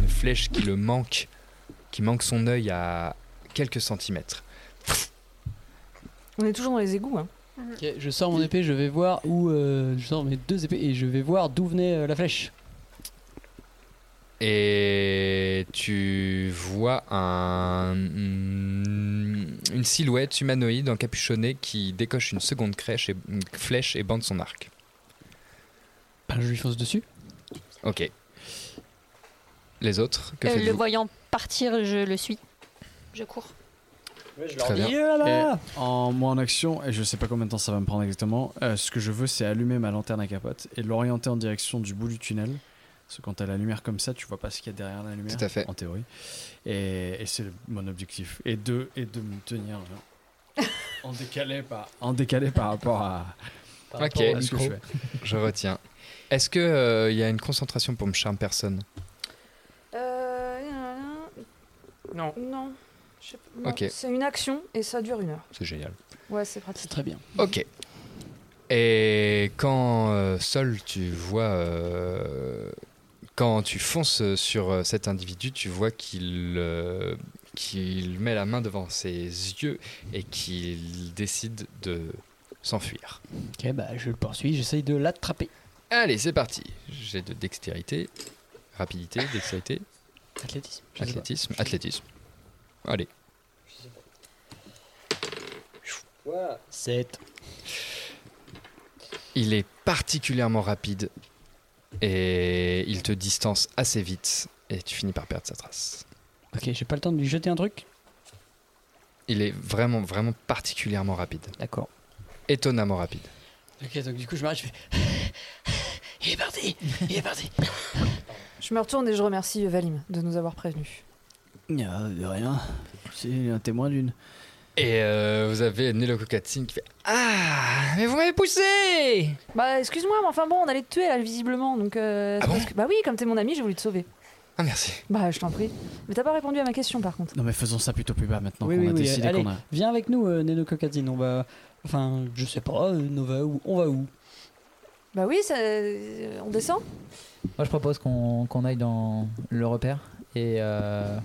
Speaker 7: une flèche qui le manque, qui manque son œil à quelques centimètres.
Speaker 11: On est toujours dans les égouts. Hein.
Speaker 8: Ok, je sors mon épée, je vais voir où. euh, je sors mes deux épées et je vais voir d'où venait euh, la flèche.
Speaker 7: Et tu vois un- une silhouette humanoïde encapuchonnée qui décoche une seconde crèche et, une flèche et bande son arc.
Speaker 8: Bah, je lui fonce dessus.
Speaker 7: Ok. Les autres, que
Speaker 6: Euh, le
Speaker 7: faites-vous
Speaker 6: voyant partir, je le suis. Je cours.
Speaker 7: Très bien.
Speaker 4: Et en moi en action, et je sais pas combien de temps ça va me prendre exactement, euh, ce que je veux c'est allumer ma lanterne à capote et l'orienter en direction du bout du tunnel. Parce que quand t'as la lumière comme ça, tu vois pas ce qu'il y a derrière la lumière.
Speaker 7: Tout à fait.
Speaker 4: En théorie. Et, et c'est mon objectif. Et de, et de me tenir genre, en, décalé par, en décalé par rapport à,
Speaker 7: Par
Speaker 4: à
Speaker 7: rapport au
Speaker 4: ce que je
Speaker 7: micro.
Speaker 4: fais.
Speaker 7: Je retiens. Est-ce que euh, il y a une concentration pour me charme personne
Speaker 11: Euh, non. Non. Je sais pas. Non.
Speaker 7: Ok.
Speaker 11: C'est une action et ça dure une heure.
Speaker 7: C'est génial.
Speaker 11: Ouais, c'est pratique.
Speaker 8: Très bien.
Speaker 7: Ok. Et quand euh, Sol, tu vois, euh, quand tu fonces sur euh, cet individu, tu vois qu'il euh, qu'il met la main devant ses yeux et qu'il décide de s'enfuir.
Speaker 8: Ok, bah je le poursuis, j'essaye de l'attraper.
Speaker 7: Allez, c'est parti. J'ai de dextérité, rapidité, dextérité,
Speaker 8: Athlétisme. je sais pas.
Speaker 7: athlétisme, athlétisme. Allez.
Speaker 8: 7.
Speaker 7: Il est particulièrement rapide et il te distance assez vite et tu finis par perdre sa trace.
Speaker 8: Ok, j'ai pas le temps de lui jeter un truc
Speaker 7: Il est vraiment, vraiment particulièrement rapide.
Speaker 8: D'accord.
Speaker 7: Étonnamment rapide.
Speaker 8: Ok, donc du coup je m'arrête, je fais.
Speaker 11: Il est parti Il est parti Je me retourne et je remercie Valim de nous avoir prévenus.
Speaker 4: Il y a de rien. C'est un témoin d'une.
Speaker 7: Et euh, vous avez Nelokokatine qui fait Ah, mais vous m'avez poussé
Speaker 11: Bah, excuse-moi, mais enfin bon, on allait te tuer là, visiblement. Donc, euh, c'est parce que- Bah oui, comme t'es mon ami, j'ai voulu te sauver.
Speaker 7: Ah, merci.
Speaker 11: Bah, je t'en prie. Mais t'as pas répondu à ma question par contre.
Speaker 4: Non, mais faisons ça plutôt plus bas maintenant
Speaker 8: Oui,
Speaker 4: qu'on
Speaker 8: oui,
Speaker 4: a
Speaker 8: oui,
Speaker 4: décidé
Speaker 8: allez,
Speaker 4: qu'on a.
Speaker 8: viens avec nous, euh, Neno Cocatine. On va. Enfin, je sais pas, euh, on va où On va où
Speaker 11: Bah oui, ça... euh, on descend
Speaker 5: Moi, je propose qu'on qu'on aille dans le repère et. euh,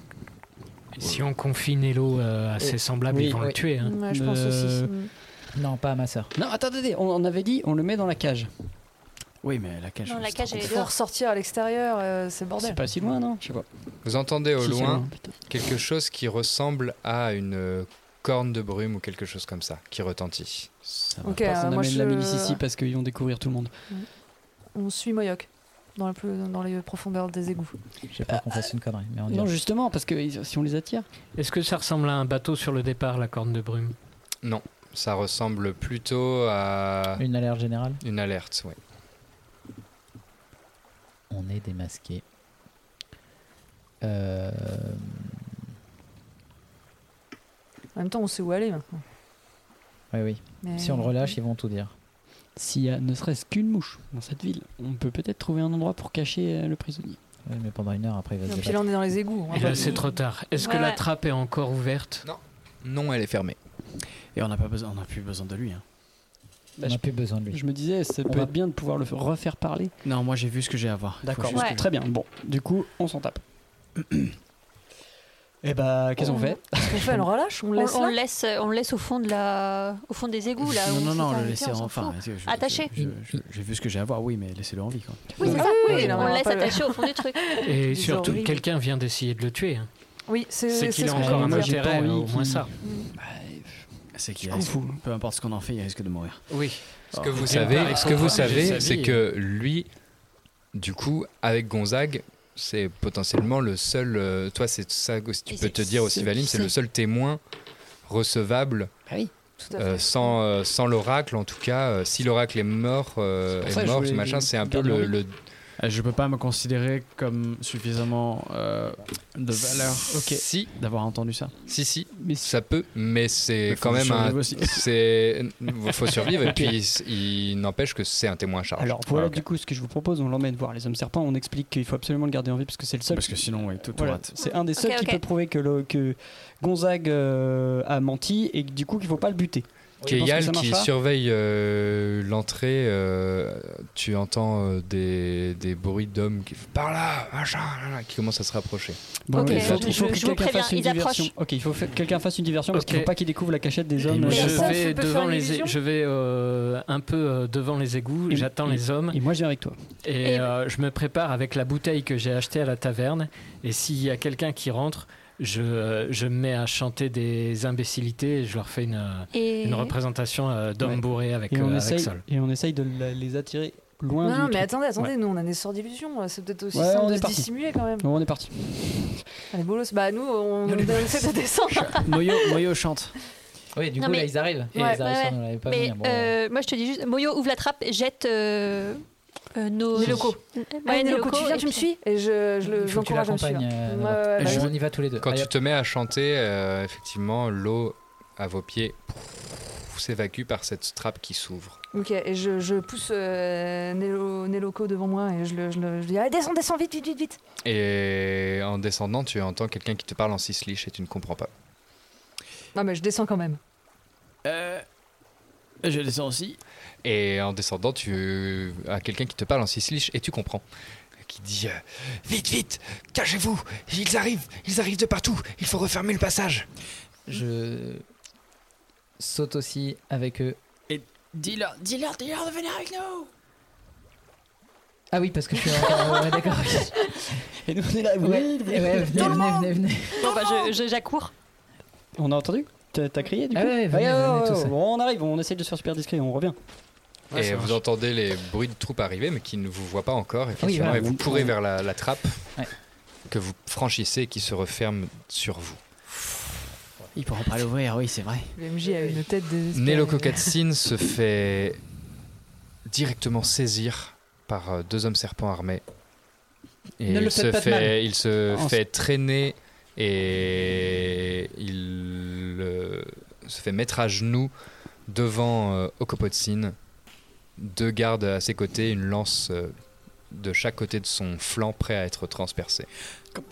Speaker 9: Et si on confie Nello euh, à ses
Speaker 5: Oui.
Speaker 9: semblables,
Speaker 5: Oui,
Speaker 9: ils vont
Speaker 5: oui.
Speaker 9: le tuer. hein.
Speaker 5: Ouais, je pense aussi.
Speaker 9: Euh,
Speaker 5: Non, pas à ma sœur.
Speaker 8: Non, attendez, attendez, on, on avait dit, on le met dans la cage.
Speaker 4: Oui, mais la cage.
Speaker 11: Non, la cage, elle est
Speaker 8: dehors.
Speaker 11: faut ressortir à l'extérieur, euh, c'est le bordel.
Speaker 8: C'est pas si loin, non Je sais pas.
Speaker 7: Vous entendez au
Speaker 8: Si, c'est
Speaker 7: loin
Speaker 8: loin,
Speaker 7: quelque chose qui ressemble à une euh, corne de brume ou quelque chose comme ça qui retentit.
Speaker 8: On va
Speaker 11: euh,
Speaker 8: pas s'en amener de la milice ici parce qu'ils vont découvrir tout le monde.
Speaker 11: On suit Moyoc dans, le plus- dans les profondeurs des égouts.
Speaker 5: J'ai
Speaker 11: Ah.
Speaker 5: peur qu'on fasse une connerie, mais on
Speaker 8: Non,
Speaker 5: dirait.
Speaker 8: justement, parce que ils- si on les attire.
Speaker 9: Est-ce que ça ressemble à un bateau sur le départ, la corne de brume
Speaker 7: Non, ça ressemble plutôt à
Speaker 5: Une alerte générale
Speaker 7: une alerte, oui.
Speaker 5: On est démasqué. Euh,
Speaker 11: En même temps, on sait où aller maintenant.
Speaker 5: Oui, oui.
Speaker 11: Mais-
Speaker 5: Si on le relâche, ils vont tout dire.
Speaker 8: S'il y a ne serait-ce qu'une mouche dans cette ville, on peut peut-être trouver un endroit pour cacher euh, le prisonnier.
Speaker 5: Oui, mais pendant une heure après, il va se
Speaker 11: Et puis
Speaker 5: débattre.
Speaker 11: là, on est dans les égouts. on va
Speaker 9: Et
Speaker 11: pas-
Speaker 9: là, c'est trop tard. Est-ce que
Speaker 11: Ouais,
Speaker 9: la
Speaker 11: ouais.
Speaker 9: trappe est encore ouverte
Speaker 7: Non. Non, elle est fermée.
Speaker 4: Et on n'a pas besoin, on n'a plus besoin de lui. hein.
Speaker 5: on n'a plus besoin de lui.
Speaker 8: Bah, Je me disais, ça peut
Speaker 4: va-
Speaker 8: être bien de pouvoir le f- refaire parler.
Speaker 4: Non, moi j'ai vu ce que j'ai à voir. Il faut
Speaker 8: D'accord,
Speaker 4: juste que-
Speaker 8: très bien. Bon, du coup, on s'en tape. Eh bah, qu'est-ce
Speaker 6: Oh.
Speaker 8: qu'on fait
Speaker 11: Qu'est-ce qu'on fait On le relâche On
Speaker 6: On,
Speaker 11: le laisse
Speaker 6: on
Speaker 11: là
Speaker 6: le laisse, euh, on le laisse au fond de la, au fond des égouts là.
Speaker 4: Non,
Speaker 6: où
Speaker 4: non,
Speaker 6: c'est
Speaker 4: non, le
Speaker 6: arrêté,
Speaker 4: laisser
Speaker 6: on s'en
Speaker 4: enfin.
Speaker 6: fout.
Speaker 4: je- je-
Speaker 6: Attaché.
Speaker 4: je- je- J'ai vu ce que j'ai à voir, oui, mais laissez-le en vie quoi.
Speaker 6: Oui, c'est ça.
Speaker 11: Oui,
Speaker 6: Oui,
Speaker 11: non,
Speaker 6: on
Speaker 11: mais
Speaker 6: le
Speaker 11: on
Speaker 6: laisse
Speaker 11: va pas le-
Speaker 6: attaché au fond du truc.
Speaker 9: Et
Speaker 11: Des
Speaker 9: surtout,
Speaker 11: horribles.
Speaker 9: quelqu'un vient d'essayer de le tuer. hein.
Speaker 11: Oui, c'est Mm.
Speaker 9: C'est
Speaker 11: c'est
Speaker 9: qu'il
Speaker 11: ce
Speaker 9: a
Speaker 11: que
Speaker 9: encore
Speaker 11: j'ai
Speaker 9: un
Speaker 11: envie de dire.
Speaker 9: intérêt, euh,
Speaker 4: envie
Speaker 9: au moins
Speaker 4: qu'il-
Speaker 9: ça.
Speaker 4: C'est qu'il
Speaker 8: Je
Speaker 4: risque-
Speaker 8: m'en fous.
Speaker 4: Peu importe ce qu'on en fait, il risque de mourir. Oh.
Speaker 9: Oui.
Speaker 4: Ah.
Speaker 7: Ce que vous savez, ce que vous savez, c'est que lui, du coup, avec Gonzague, c'est potentiellement le seul. euh, toi, c'est ça aussi. Tu
Speaker 8: Et
Speaker 7: peux
Speaker 8: c'est-
Speaker 7: te dire aussi,
Speaker 8: c'est-
Speaker 7: Valim, c'est le
Speaker 8: c'est-
Speaker 7: seul témoin recevable.
Speaker 8: oui,
Speaker 11: tout à fait.
Speaker 7: euh, sans euh, sans l'oracle, en tout cas, euh, si l'oracle est mort, euh,
Speaker 4: pour ça
Speaker 7: est
Speaker 4: que je
Speaker 7: mort,
Speaker 4: voulais
Speaker 7: ce machin, c'est un peu
Speaker 4: garder en
Speaker 7: le,
Speaker 4: vie.
Speaker 7: le-
Speaker 4: Euh, Je peux pas me considérer comme suffisamment euh, de valeur. Ok.
Speaker 7: Si.
Speaker 4: D'avoir entendu ça.
Speaker 7: Si si, ça peut, mais c'est
Speaker 4: Mais Bah, faut
Speaker 7: quand même
Speaker 4: survivre
Speaker 7: un.
Speaker 4: aussi.
Speaker 7: C'est faut survivre et
Speaker 8: Ok.
Speaker 7: puis il, il n'empêche que c'est un témoin à charge.
Speaker 8: Alors voilà
Speaker 7: Ah, ok.
Speaker 8: du coup ce que je vous propose, on l'emmène voir les hommes serpents, on explique qu'il faut absolument le garder en vie parce que c'est le seul.
Speaker 4: Parce que sinon, oui, tout, tout
Speaker 8: Voilà,
Speaker 4: rate.
Speaker 8: c'est un des
Speaker 6: Ok,
Speaker 8: seuls
Speaker 6: ok.
Speaker 8: qui peut prouver que, le- que Gonzague euh, a menti et que, du coup qu'il faut pas le buter. Je pense que
Speaker 7: Keyal
Speaker 8: ça
Speaker 7: qui
Speaker 8: marchera.
Speaker 7: surveille euh, l'entrée, euh, tu entends euh, des, des bruits d'hommes qui font par là, machin, là, là, qui commencent à se rapprocher.
Speaker 8: Bon,
Speaker 6: Ok,
Speaker 8: il faut, il
Speaker 6: je-
Speaker 8: faut
Speaker 6: je-
Speaker 8: que
Speaker 6: je vous
Speaker 8: quelqu'un
Speaker 6: préviens,
Speaker 8: fasse une
Speaker 6: ils approchent.
Speaker 8: diversion. Ok, il faut que quelqu'un fasse une diversion parce qu'il
Speaker 9: Ok.
Speaker 8: faut pas qu'il découvre la cachette des
Speaker 9: Et
Speaker 8: hommes.
Speaker 9: moi,
Speaker 8: euh,
Speaker 9: je
Speaker 8: serpents.
Speaker 9: vais
Speaker 8: Et
Speaker 9: devant
Speaker 8: une
Speaker 9: les,
Speaker 8: illusion
Speaker 9: je vais euh, un peu euh, devant les égouts.
Speaker 8: Et-
Speaker 9: J'attends
Speaker 8: et-
Speaker 9: les hommes
Speaker 8: moi je viens avec toi.
Speaker 9: et, euh, je me prépare avec la bouteille que j'ai achetée à la taverne. Et s'il y a quelqu'un qui rentre, je, euh, je me mets à chanter des imbécilités et je leur fais une, euh,
Speaker 6: Et-
Speaker 9: une représentation euh, d'hommes
Speaker 8: Ouais.
Speaker 9: bourrés avec,
Speaker 8: Et
Speaker 9: euh,
Speaker 8: on,
Speaker 9: avec
Speaker 8: essaye,
Speaker 9: Sol.
Speaker 8: et on essaye de la- les attirer
Speaker 11: Non,
Speaker 8: loin du
Speaker 11: non, mais
Speaker 8: truc.
Speaker 11: attendez, attendez,
Speaker 8: Ouais.
Speaker 11: nous on a des sorts d'illusion, c'est peut-être aussi
Speaker 8: Ouais,
Speaker 11: simple
Speaker 8: on
Speaker 11: de
Speaker 8: est
Speaker 11: se
Speaker 8: parti.
Speaker 11: dissimuler quand même.
Speaker 8: Bon, on est parti.
Speaker 11: Allez, bolos, bah nous on on essaie de descendre.
Speaker 4: Moyo, Moyo chante.
Speaker 5: Oui, du
Speaker 6: Non,
Speaker 5: coup,
Speaker 6: mais-
Speaker 5: là, ils arrivent. Et
Speaker 6: Ouais,
Speaker 5: ils arrivent,
Speaker 6: ouais,
Speaker 5: ça, on
Speaker 6: ouais.
Speaker 5: ne l'avait pas
Speaker 6: Mais
Speaker 5: venir. Bon,
Speaker 6: euh, moi, je te dis juste, Moyo ouvre la trappe, jette euh, euh, nos.
Speaker 11: Les locaux.
Speaker 6: Ouais,
Speaker 11: Allez,
Speaker 6: nos
Speaker 11: Neloko,
Speaker 6: locaux,
Speaker 11: tu viens,
Speaker 6: et
Speaker 11: tu me
Speaker 6: puis-
Speaker 11: suis Et je, je le-
Speaker 5: Il faut que tu
Speaker 11: j'encourage à me suivre.
Speaker 5: l'accompagnes. euh,
Speaker 11: Ouais, ouais,
Speaker 5: Nora.
Speaker 11: ouais,
Speaker 5: Bah,
Speaker 11: je-
Speaker 5: On y va tous les deux.
Speaker 7: Quand
Speaker 5: Allez,
Speaker 7: tu te mets à chanter, euh, effectivement, l'eau à vos pieds s'évacue par cette trappe qui s'ouvre.
Speaker 11: Ok, et je, je pousse euh, Nelo- Neloko devant moi et je, le, je, le- je dis Allez, descends, descends, vite, vite, vite, vite
Speaker 7: Et en descendant, tu entends quelqu'un qui te parle en cisliche et tu ne comprends pas.
Speaker 11: Non, mais je descends quand même.
Speaker 4: Euh, je descends aussi.
Speaker 7: Et en descendant, tu as quelqu'un qui te parle en cisliche et tu comprends. Qui dit euh, Vite, vite, cachez-vous Ils arrivent Ils arrivent de partout Il faut refermer le passage
Speaker 5: Je saute aussi avec eux.
Speaker 4: Et dis-leur, dis-leur, dis-leur de venir avec nous
Speaker 5: Ah oui, parce que je suis en... ouais, d'accord.
Speaker 8: Et nous on est là.
Speaker 5: Ouais, ouais, venez, venez, venez, venez.
Speaker 6: Bon, bah, je- je- j'accours.
Speaker 8: On a entendu T'as t'as crié du
Speaker 5: Ah
Speaker 8: coup
Speaker 5: ouais, venez,
Speaker 8: Ah,
Speaker 5: venez
Speaker 8: ouais,
Speaker 5: tous.
Speaker 8: ouais, On arrive, on essaye de se faire super discret, on revient. Ouais,
Speaker 7: Et
Speaker 8: ça
Speaker 7: vous
Speaker 8: marche.
Speaker 7: entendez les bruits de troupes arriver, mais qui ne vous voient pas encore. Effectivement,
Speaker 8: voilà.
Speaker 7: et vous courez vers la, la trappe
Speaker 5: Ouais.
Speaker 7: que vous franchissez et qui se referme sur vous.
Speaker 4: Ils pourront pas l'ouvrir, oui, c'est vrai.
Speaker 11: Le MJ a une tête de.
Speaker 7: Nelokokatsin se fait directement saisir par euh, deux hommes serpents armés. Et
Speaker 10: Ne
Speaker 7: il,
Speaker 10: le
Speaker 7: se
Speaker 10: faites pas de mal.
Speaker 7: fait, il se
Speaker 10: En-
Speaker 7: fait traîner et il euh, se fait mettre à genoux devant euh, Okopotsin. Deux gardes à ses côtés, une lance euh, de chaque côté de son flanc prêt à être transpercée.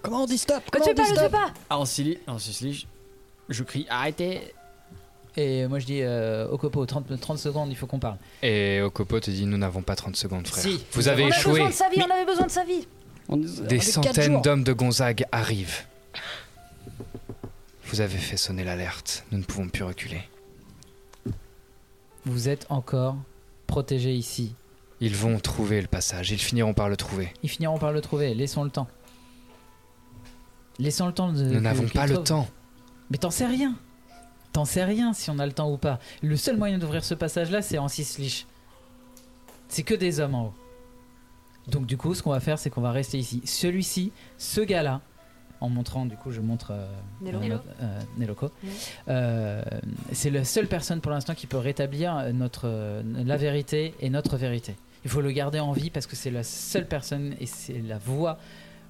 Speaker 8: Comment on dit stop
Speaker 11: Le
Speaker 8: Comment
Speaker 11: tuez
Speaker 8: on dit
Speaker 11: pas, le tuez
Speaker 8: stop
Speaker 11: pas
Speaker 13: Ah, en Sicile, en Sicile, je- je crie arrêtez.
Speaker 5: Et moi je dis euh, au copo, 30, 30 secondes, il faut qu'on parle.
Speaker 7: Et Okopo te dit Nous n'avons pas 30 secondes, frère.
Speaker 5: Si.
Speaker 7: Vous avez
Speaker 11: on avait
Speaker 7: échoué.
Speaker 11: besoin de sa vie, on avait besoin de sa vie.
Speaker 7: Des
Speaker 11: Avec quatre
Speaker 7: centaines
Speaker 11: jours.
Speaker 7: d'hommes de Gonzague arrivent. Vous avez fait sonner l'alerte. Nous ne pouvons plus reculer.
Speaker 5: Vous êtes encore protégés ici.
Speaker 7: Ils vont trouver le passage. Ils finiront par le trouver.
Speaker 5: Ils finiront par le trouver, laissons le temps. Laissons le temps de.
Speaker 7: Nous
Speaker 5: que-
Speaker 7: n'avons
Speaker 5: qu'ils
Speaker 7: pas le
Speaker 5: trouvent.
Speaker 7: temps.
Speaker 5: Mais t'en sais rien T'en sais rien si on a le temps ou pas. Le seul moyen d'ouvrir ce passage-là, c'est en six liches. C'est que des hommes en haut. Donc du coup, ce qu'on va faire, c'est qu'on va rester ici. Celui-ci, ce gars-là, en montrant, du coup, je montre euh,
Speaker 11: Nello.
Speaker 5: euh,
Speaker 11: Nello.
Speaker 5: euh, Neloko.
Speaker 11: Oui.
Speaker 5: Euh, c'est la seule personne pour l'instant qui peut rétablir notre, euh, la vérité et notre vérité. Il faut le garder en vie parce que c'est la seule personne et c'est la voie,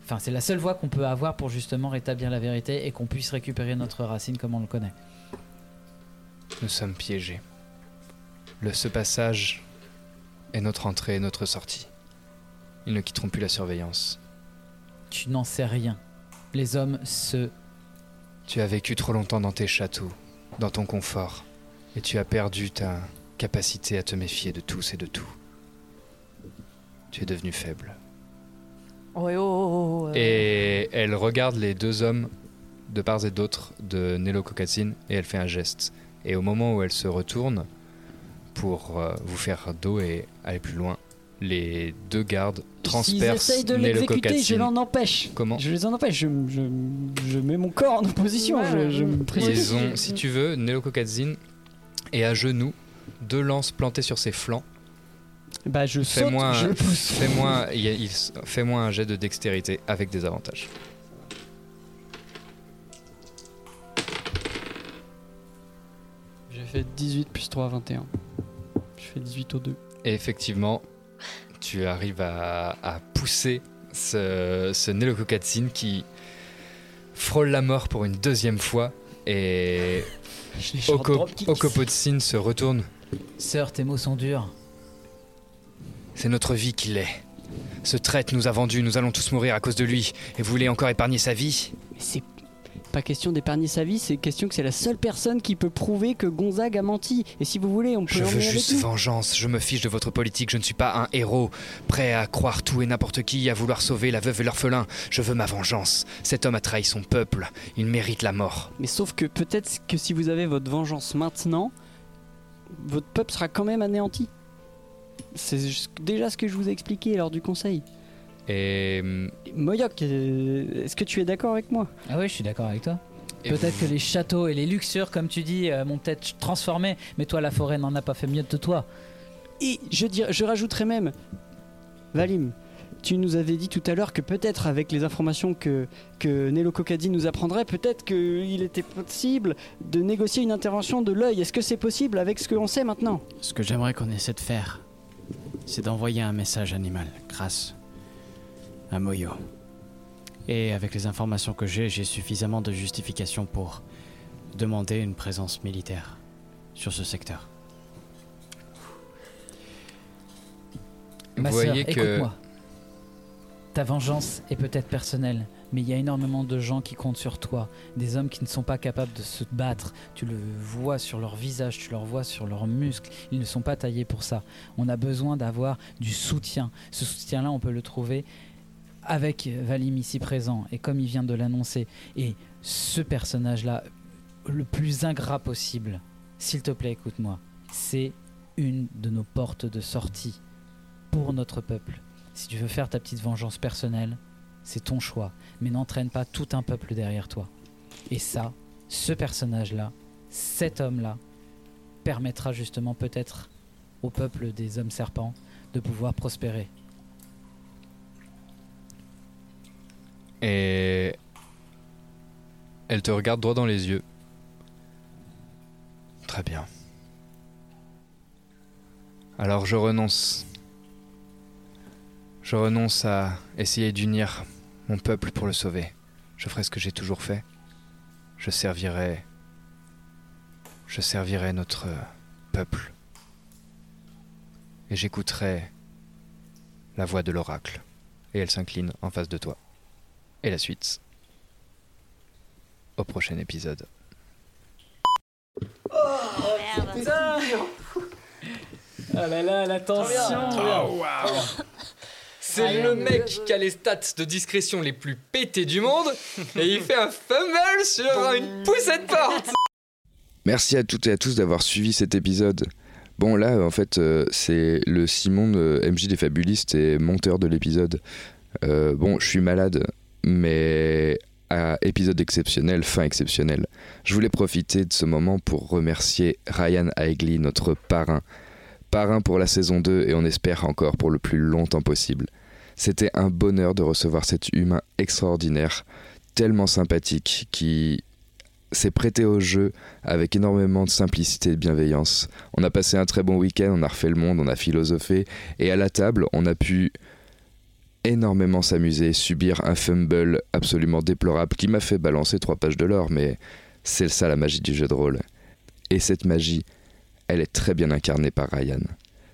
Speaker 5: enfin c'est la seule voie qu'on peut avoir pour justement rétablir la vérité et qu'on puisse récupérer notre racine comme on le connaît.
Speaker 7: Nous sommes piégés. Le, ce passage est notre entrée et notre sortie. Ils ne quitteront plus la surveillance.
Speaker 5: Tu n'en sais rien. Les hommes se...
Speaker 7: Tu as vécu trop longtemps dans tes châteaux, dans ton confort, et tu as perdu ta capacité à te méfier de tous et de tout. Tu es devenu faible.
Speaker 11: Oh, et oh, oh, oh, oh, euh.
Speaker 7: Et elle regarde les deux hommes de part et d'autre de Nello Cocassine et elle fait un geste. Et au moment où elle se retourne pour euh, vous faire dos et aller plus loin, les deux gardes
Speaker 8: S'ils
Speaker 7: transpercent
Speaker 8: essayent de
Speaker 7: Nello
Speaker 8: l'exécuter, je
Speaker 7: Cocassine.
Speaker 8: l'en empêche.
Speaker 7: Comment
Speaker 8: Je les en empêche. Je, je, je mets mon corps en opposition. je, je me précipite.
Speaker 7: Ils ont, si tu veux, Nello Cocassine et à genoux, deux lances plantées sur ses flancs.
Speaker 8: Bah, je saute,
Speaker 7: Fais-moi un-
Speaker 8: je le pousse.
Speaker 7: fais-moi- il y a- il s- fais-moi un jet de dextérité avec des avantages.
Speaker 8: J'ai fait 18 plus 3, 21. Je fais 18 au 2.
Speaker 7: Et effectivement, tu arrives à, à pousser ce, ce Nello Cocatsine qui frôle la mort pour une deuxième fois. Et Oko- Okopotsin se retourne.
Speaker 5: Sœur, tes mots sont durs.
Speaker 7: C'est notre vie qui l'est. Ce traître nous a vendus, nous allons tous mourir à cause de lui. Et vous voulez encore épargner sa vie
Speaker 8: Mais c'est pas question d'épargner sa vie, c'est question que c'est la seule personne qui peut prouver que Gonzague a menti. Et si vous voulez, on peut
Speaker 7: Je
Speaker 8: l'emmener
Speaker 7: veux
Speaker 8: avec
Speaker 7: juste
Speaker 8: nous.
Speaker 7: vengeance, je me fiche de votre politique, je ne suis pas un héros, prêt à croire tout et n'importe qui, à vouloir sauver la veuve et l'orphelin. Je veux ma vengeance. Cet homme a trahi son peuple, il mérite la mort.
Speaker 8: Mais sauf que peut-être que si vous avez votre vengeance maintenant, votre peuple sera quand même anéanti. C'est juste- déjà ce que je vous ai expliqué lors du conseil.
Speaker 7: Et hum,
Speaker 8: Moyoc, euh, est-ce que tu es d'accord avec moi
Speaker 5: Ah oui, je suis d'accord avec toi.
Speaker 7: Et
Speaker 5: Peut-être
Speaker 7: vous-
Speaker 5: que les châteaux et les luxures, comme tu dis, euh, m'ont peut-être transformé, mais toi, la forêt n'en a pas fait mieux de toi.
Speaker 8: Et je, dir- je rajouterais même, Valim, tu nous avais dit tout à l'heure que peut-être avec les informations que, que Nello Cocadi nous apprendrait, peut-être qu'il était possible de négocier une intervention de l'œil. Est-ce que c'est possible avec ce qu'on sait maintenant
Speaker 13: Ce que j'aimerais qu'on essaie de faire, c'est d'envoyer un message animal, grâce à Moyo. Et avec les informations que j'ai, j'ai suffisamment de justifications pour demander une présence militaire sur ce secteur.
Speaker 5: Ma
Speaker 7: Vous
Speaker 5: sœur,
Speaker 7: voyez que-
Speaker 5: écoute-moi. Ta vengeance est peut-être personnelle, mais il y a énormément de gens qui comptent sur toi, des hommes qui ne sont pas capables de se battre. Tu le vois sur leur visage, tu leur vois sur leurs muscles, ils ne sont pas taillés pour ça. On a besoin d'avoir du soutien. Ce soutien-là, on peut le trouver avec Valim ici présent, et comme il vient de l'annoncer. Et ce personnage-là, le plus ingrat possible, s'il te plaît, écoute-moi, c'est une de nos portes de sortie pour notre peuple. Si tu veux faire ta petite vengeance personnelle, c'est ton choix, mais n'entraîne pas tout un peuple derrière toi. Et ça, ce personnage-là, cet homme-là, permettra justement peut-être au peuple des hommes serpents de pouvoir prospérer.
Speaker 7: Et elle te regarde droit dans les yeux. Très bien. Alors je renonce
Speaker 10: Je renonce à essayer d'unir mon peuple pour le sauver. Je ferai ce que j'ai toujours fait. Je servirai. Je servirai notre peuple. Et j'écouterai la voix de l'oracle. Et elle s'incline en face de toi. Et la suite. Au prochain épisode.
Speaker 5: Putain Ah là là, la tension
Speaker 10: Oh, C'est le mec qui a les stats de discrétion les plus pétés du monde et il fait un fumble sur une poussée de porte.
Speaker 15: Merci à toutes et à tous d'avoir suivi cet épisode. Bon là, en fait, euh, c'est le Simon de MJ des Fabulistes et monteur de l'épisode. Euh, bon, je suis malade, mais à épisode exceptionnel, fin exceptionnelle. Je voulais profiter de ce moment pour remercier Ryan Aigley, notre parrain. Parrain pour la saison 2 et on espère encore pour le plus longtemps possible. C'était un bonheur de recevoir cet humain extraordinaire, tellement sympathique, qui s'est prêté au jeu avec énormément de simplicité et de bienveillance. On a passé un très bon week-end, on a refait le monde, on a philosophé, et à la table, on a pu énormément s'amuser, subir un fumble absolument déplorable qui m'a fait balancer trois pages de l'or, mais c'est ça la magie du jeu de rôle. Et cette magie, elle est très bien incarnée par Ryan.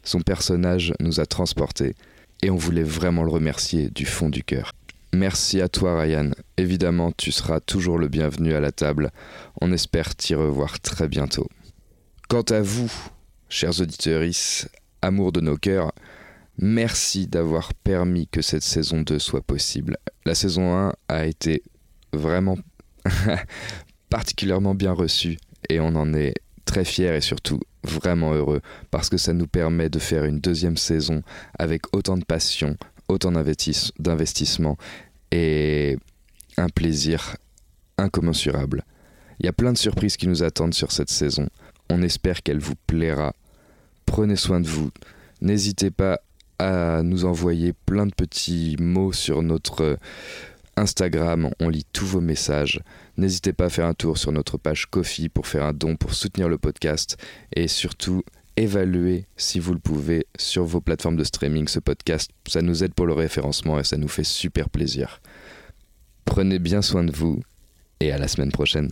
Speaker 15: Son personnage nous a transportés, et on voulait vraiment le remercier du fond du cœur. Merci à toi Ryan, évidemment tu seras toujours le bienvenu à la table, on espère t'y revoir très bientôt. Quant à vous, chers auditeurs, amour de nos cœurs, Merci d'avoir permis que cette saison 2 soit possible. La saison 1 a été vraiment particulièrement bien reçue et on en est très fiers et surtout vraiment heureux parce que ça nous permet de faire une deuxième saison avec autant de passion, autant d'investis- d'investissement et un plaisir incommensurable. Il y a plein de surprises qui nous attendent sur cette saison. On espère qu'elle vous plaira. Prenez soin de vous. N'hésitez pas à nous envoyer plein de petits mots sur notre Instagram, on lit tous vos messages. N'hésitez pas à faire un tour sur notre page Kofi pour faire un don pour soutenir le podcast et surtout évaluer si vous le pouvez sur vos plateformes de streaming ce podcast. Ça nous aide pour le référencement et ça nous fait super plaisir. Prenez bien soin de vous et à la semaine prochaine.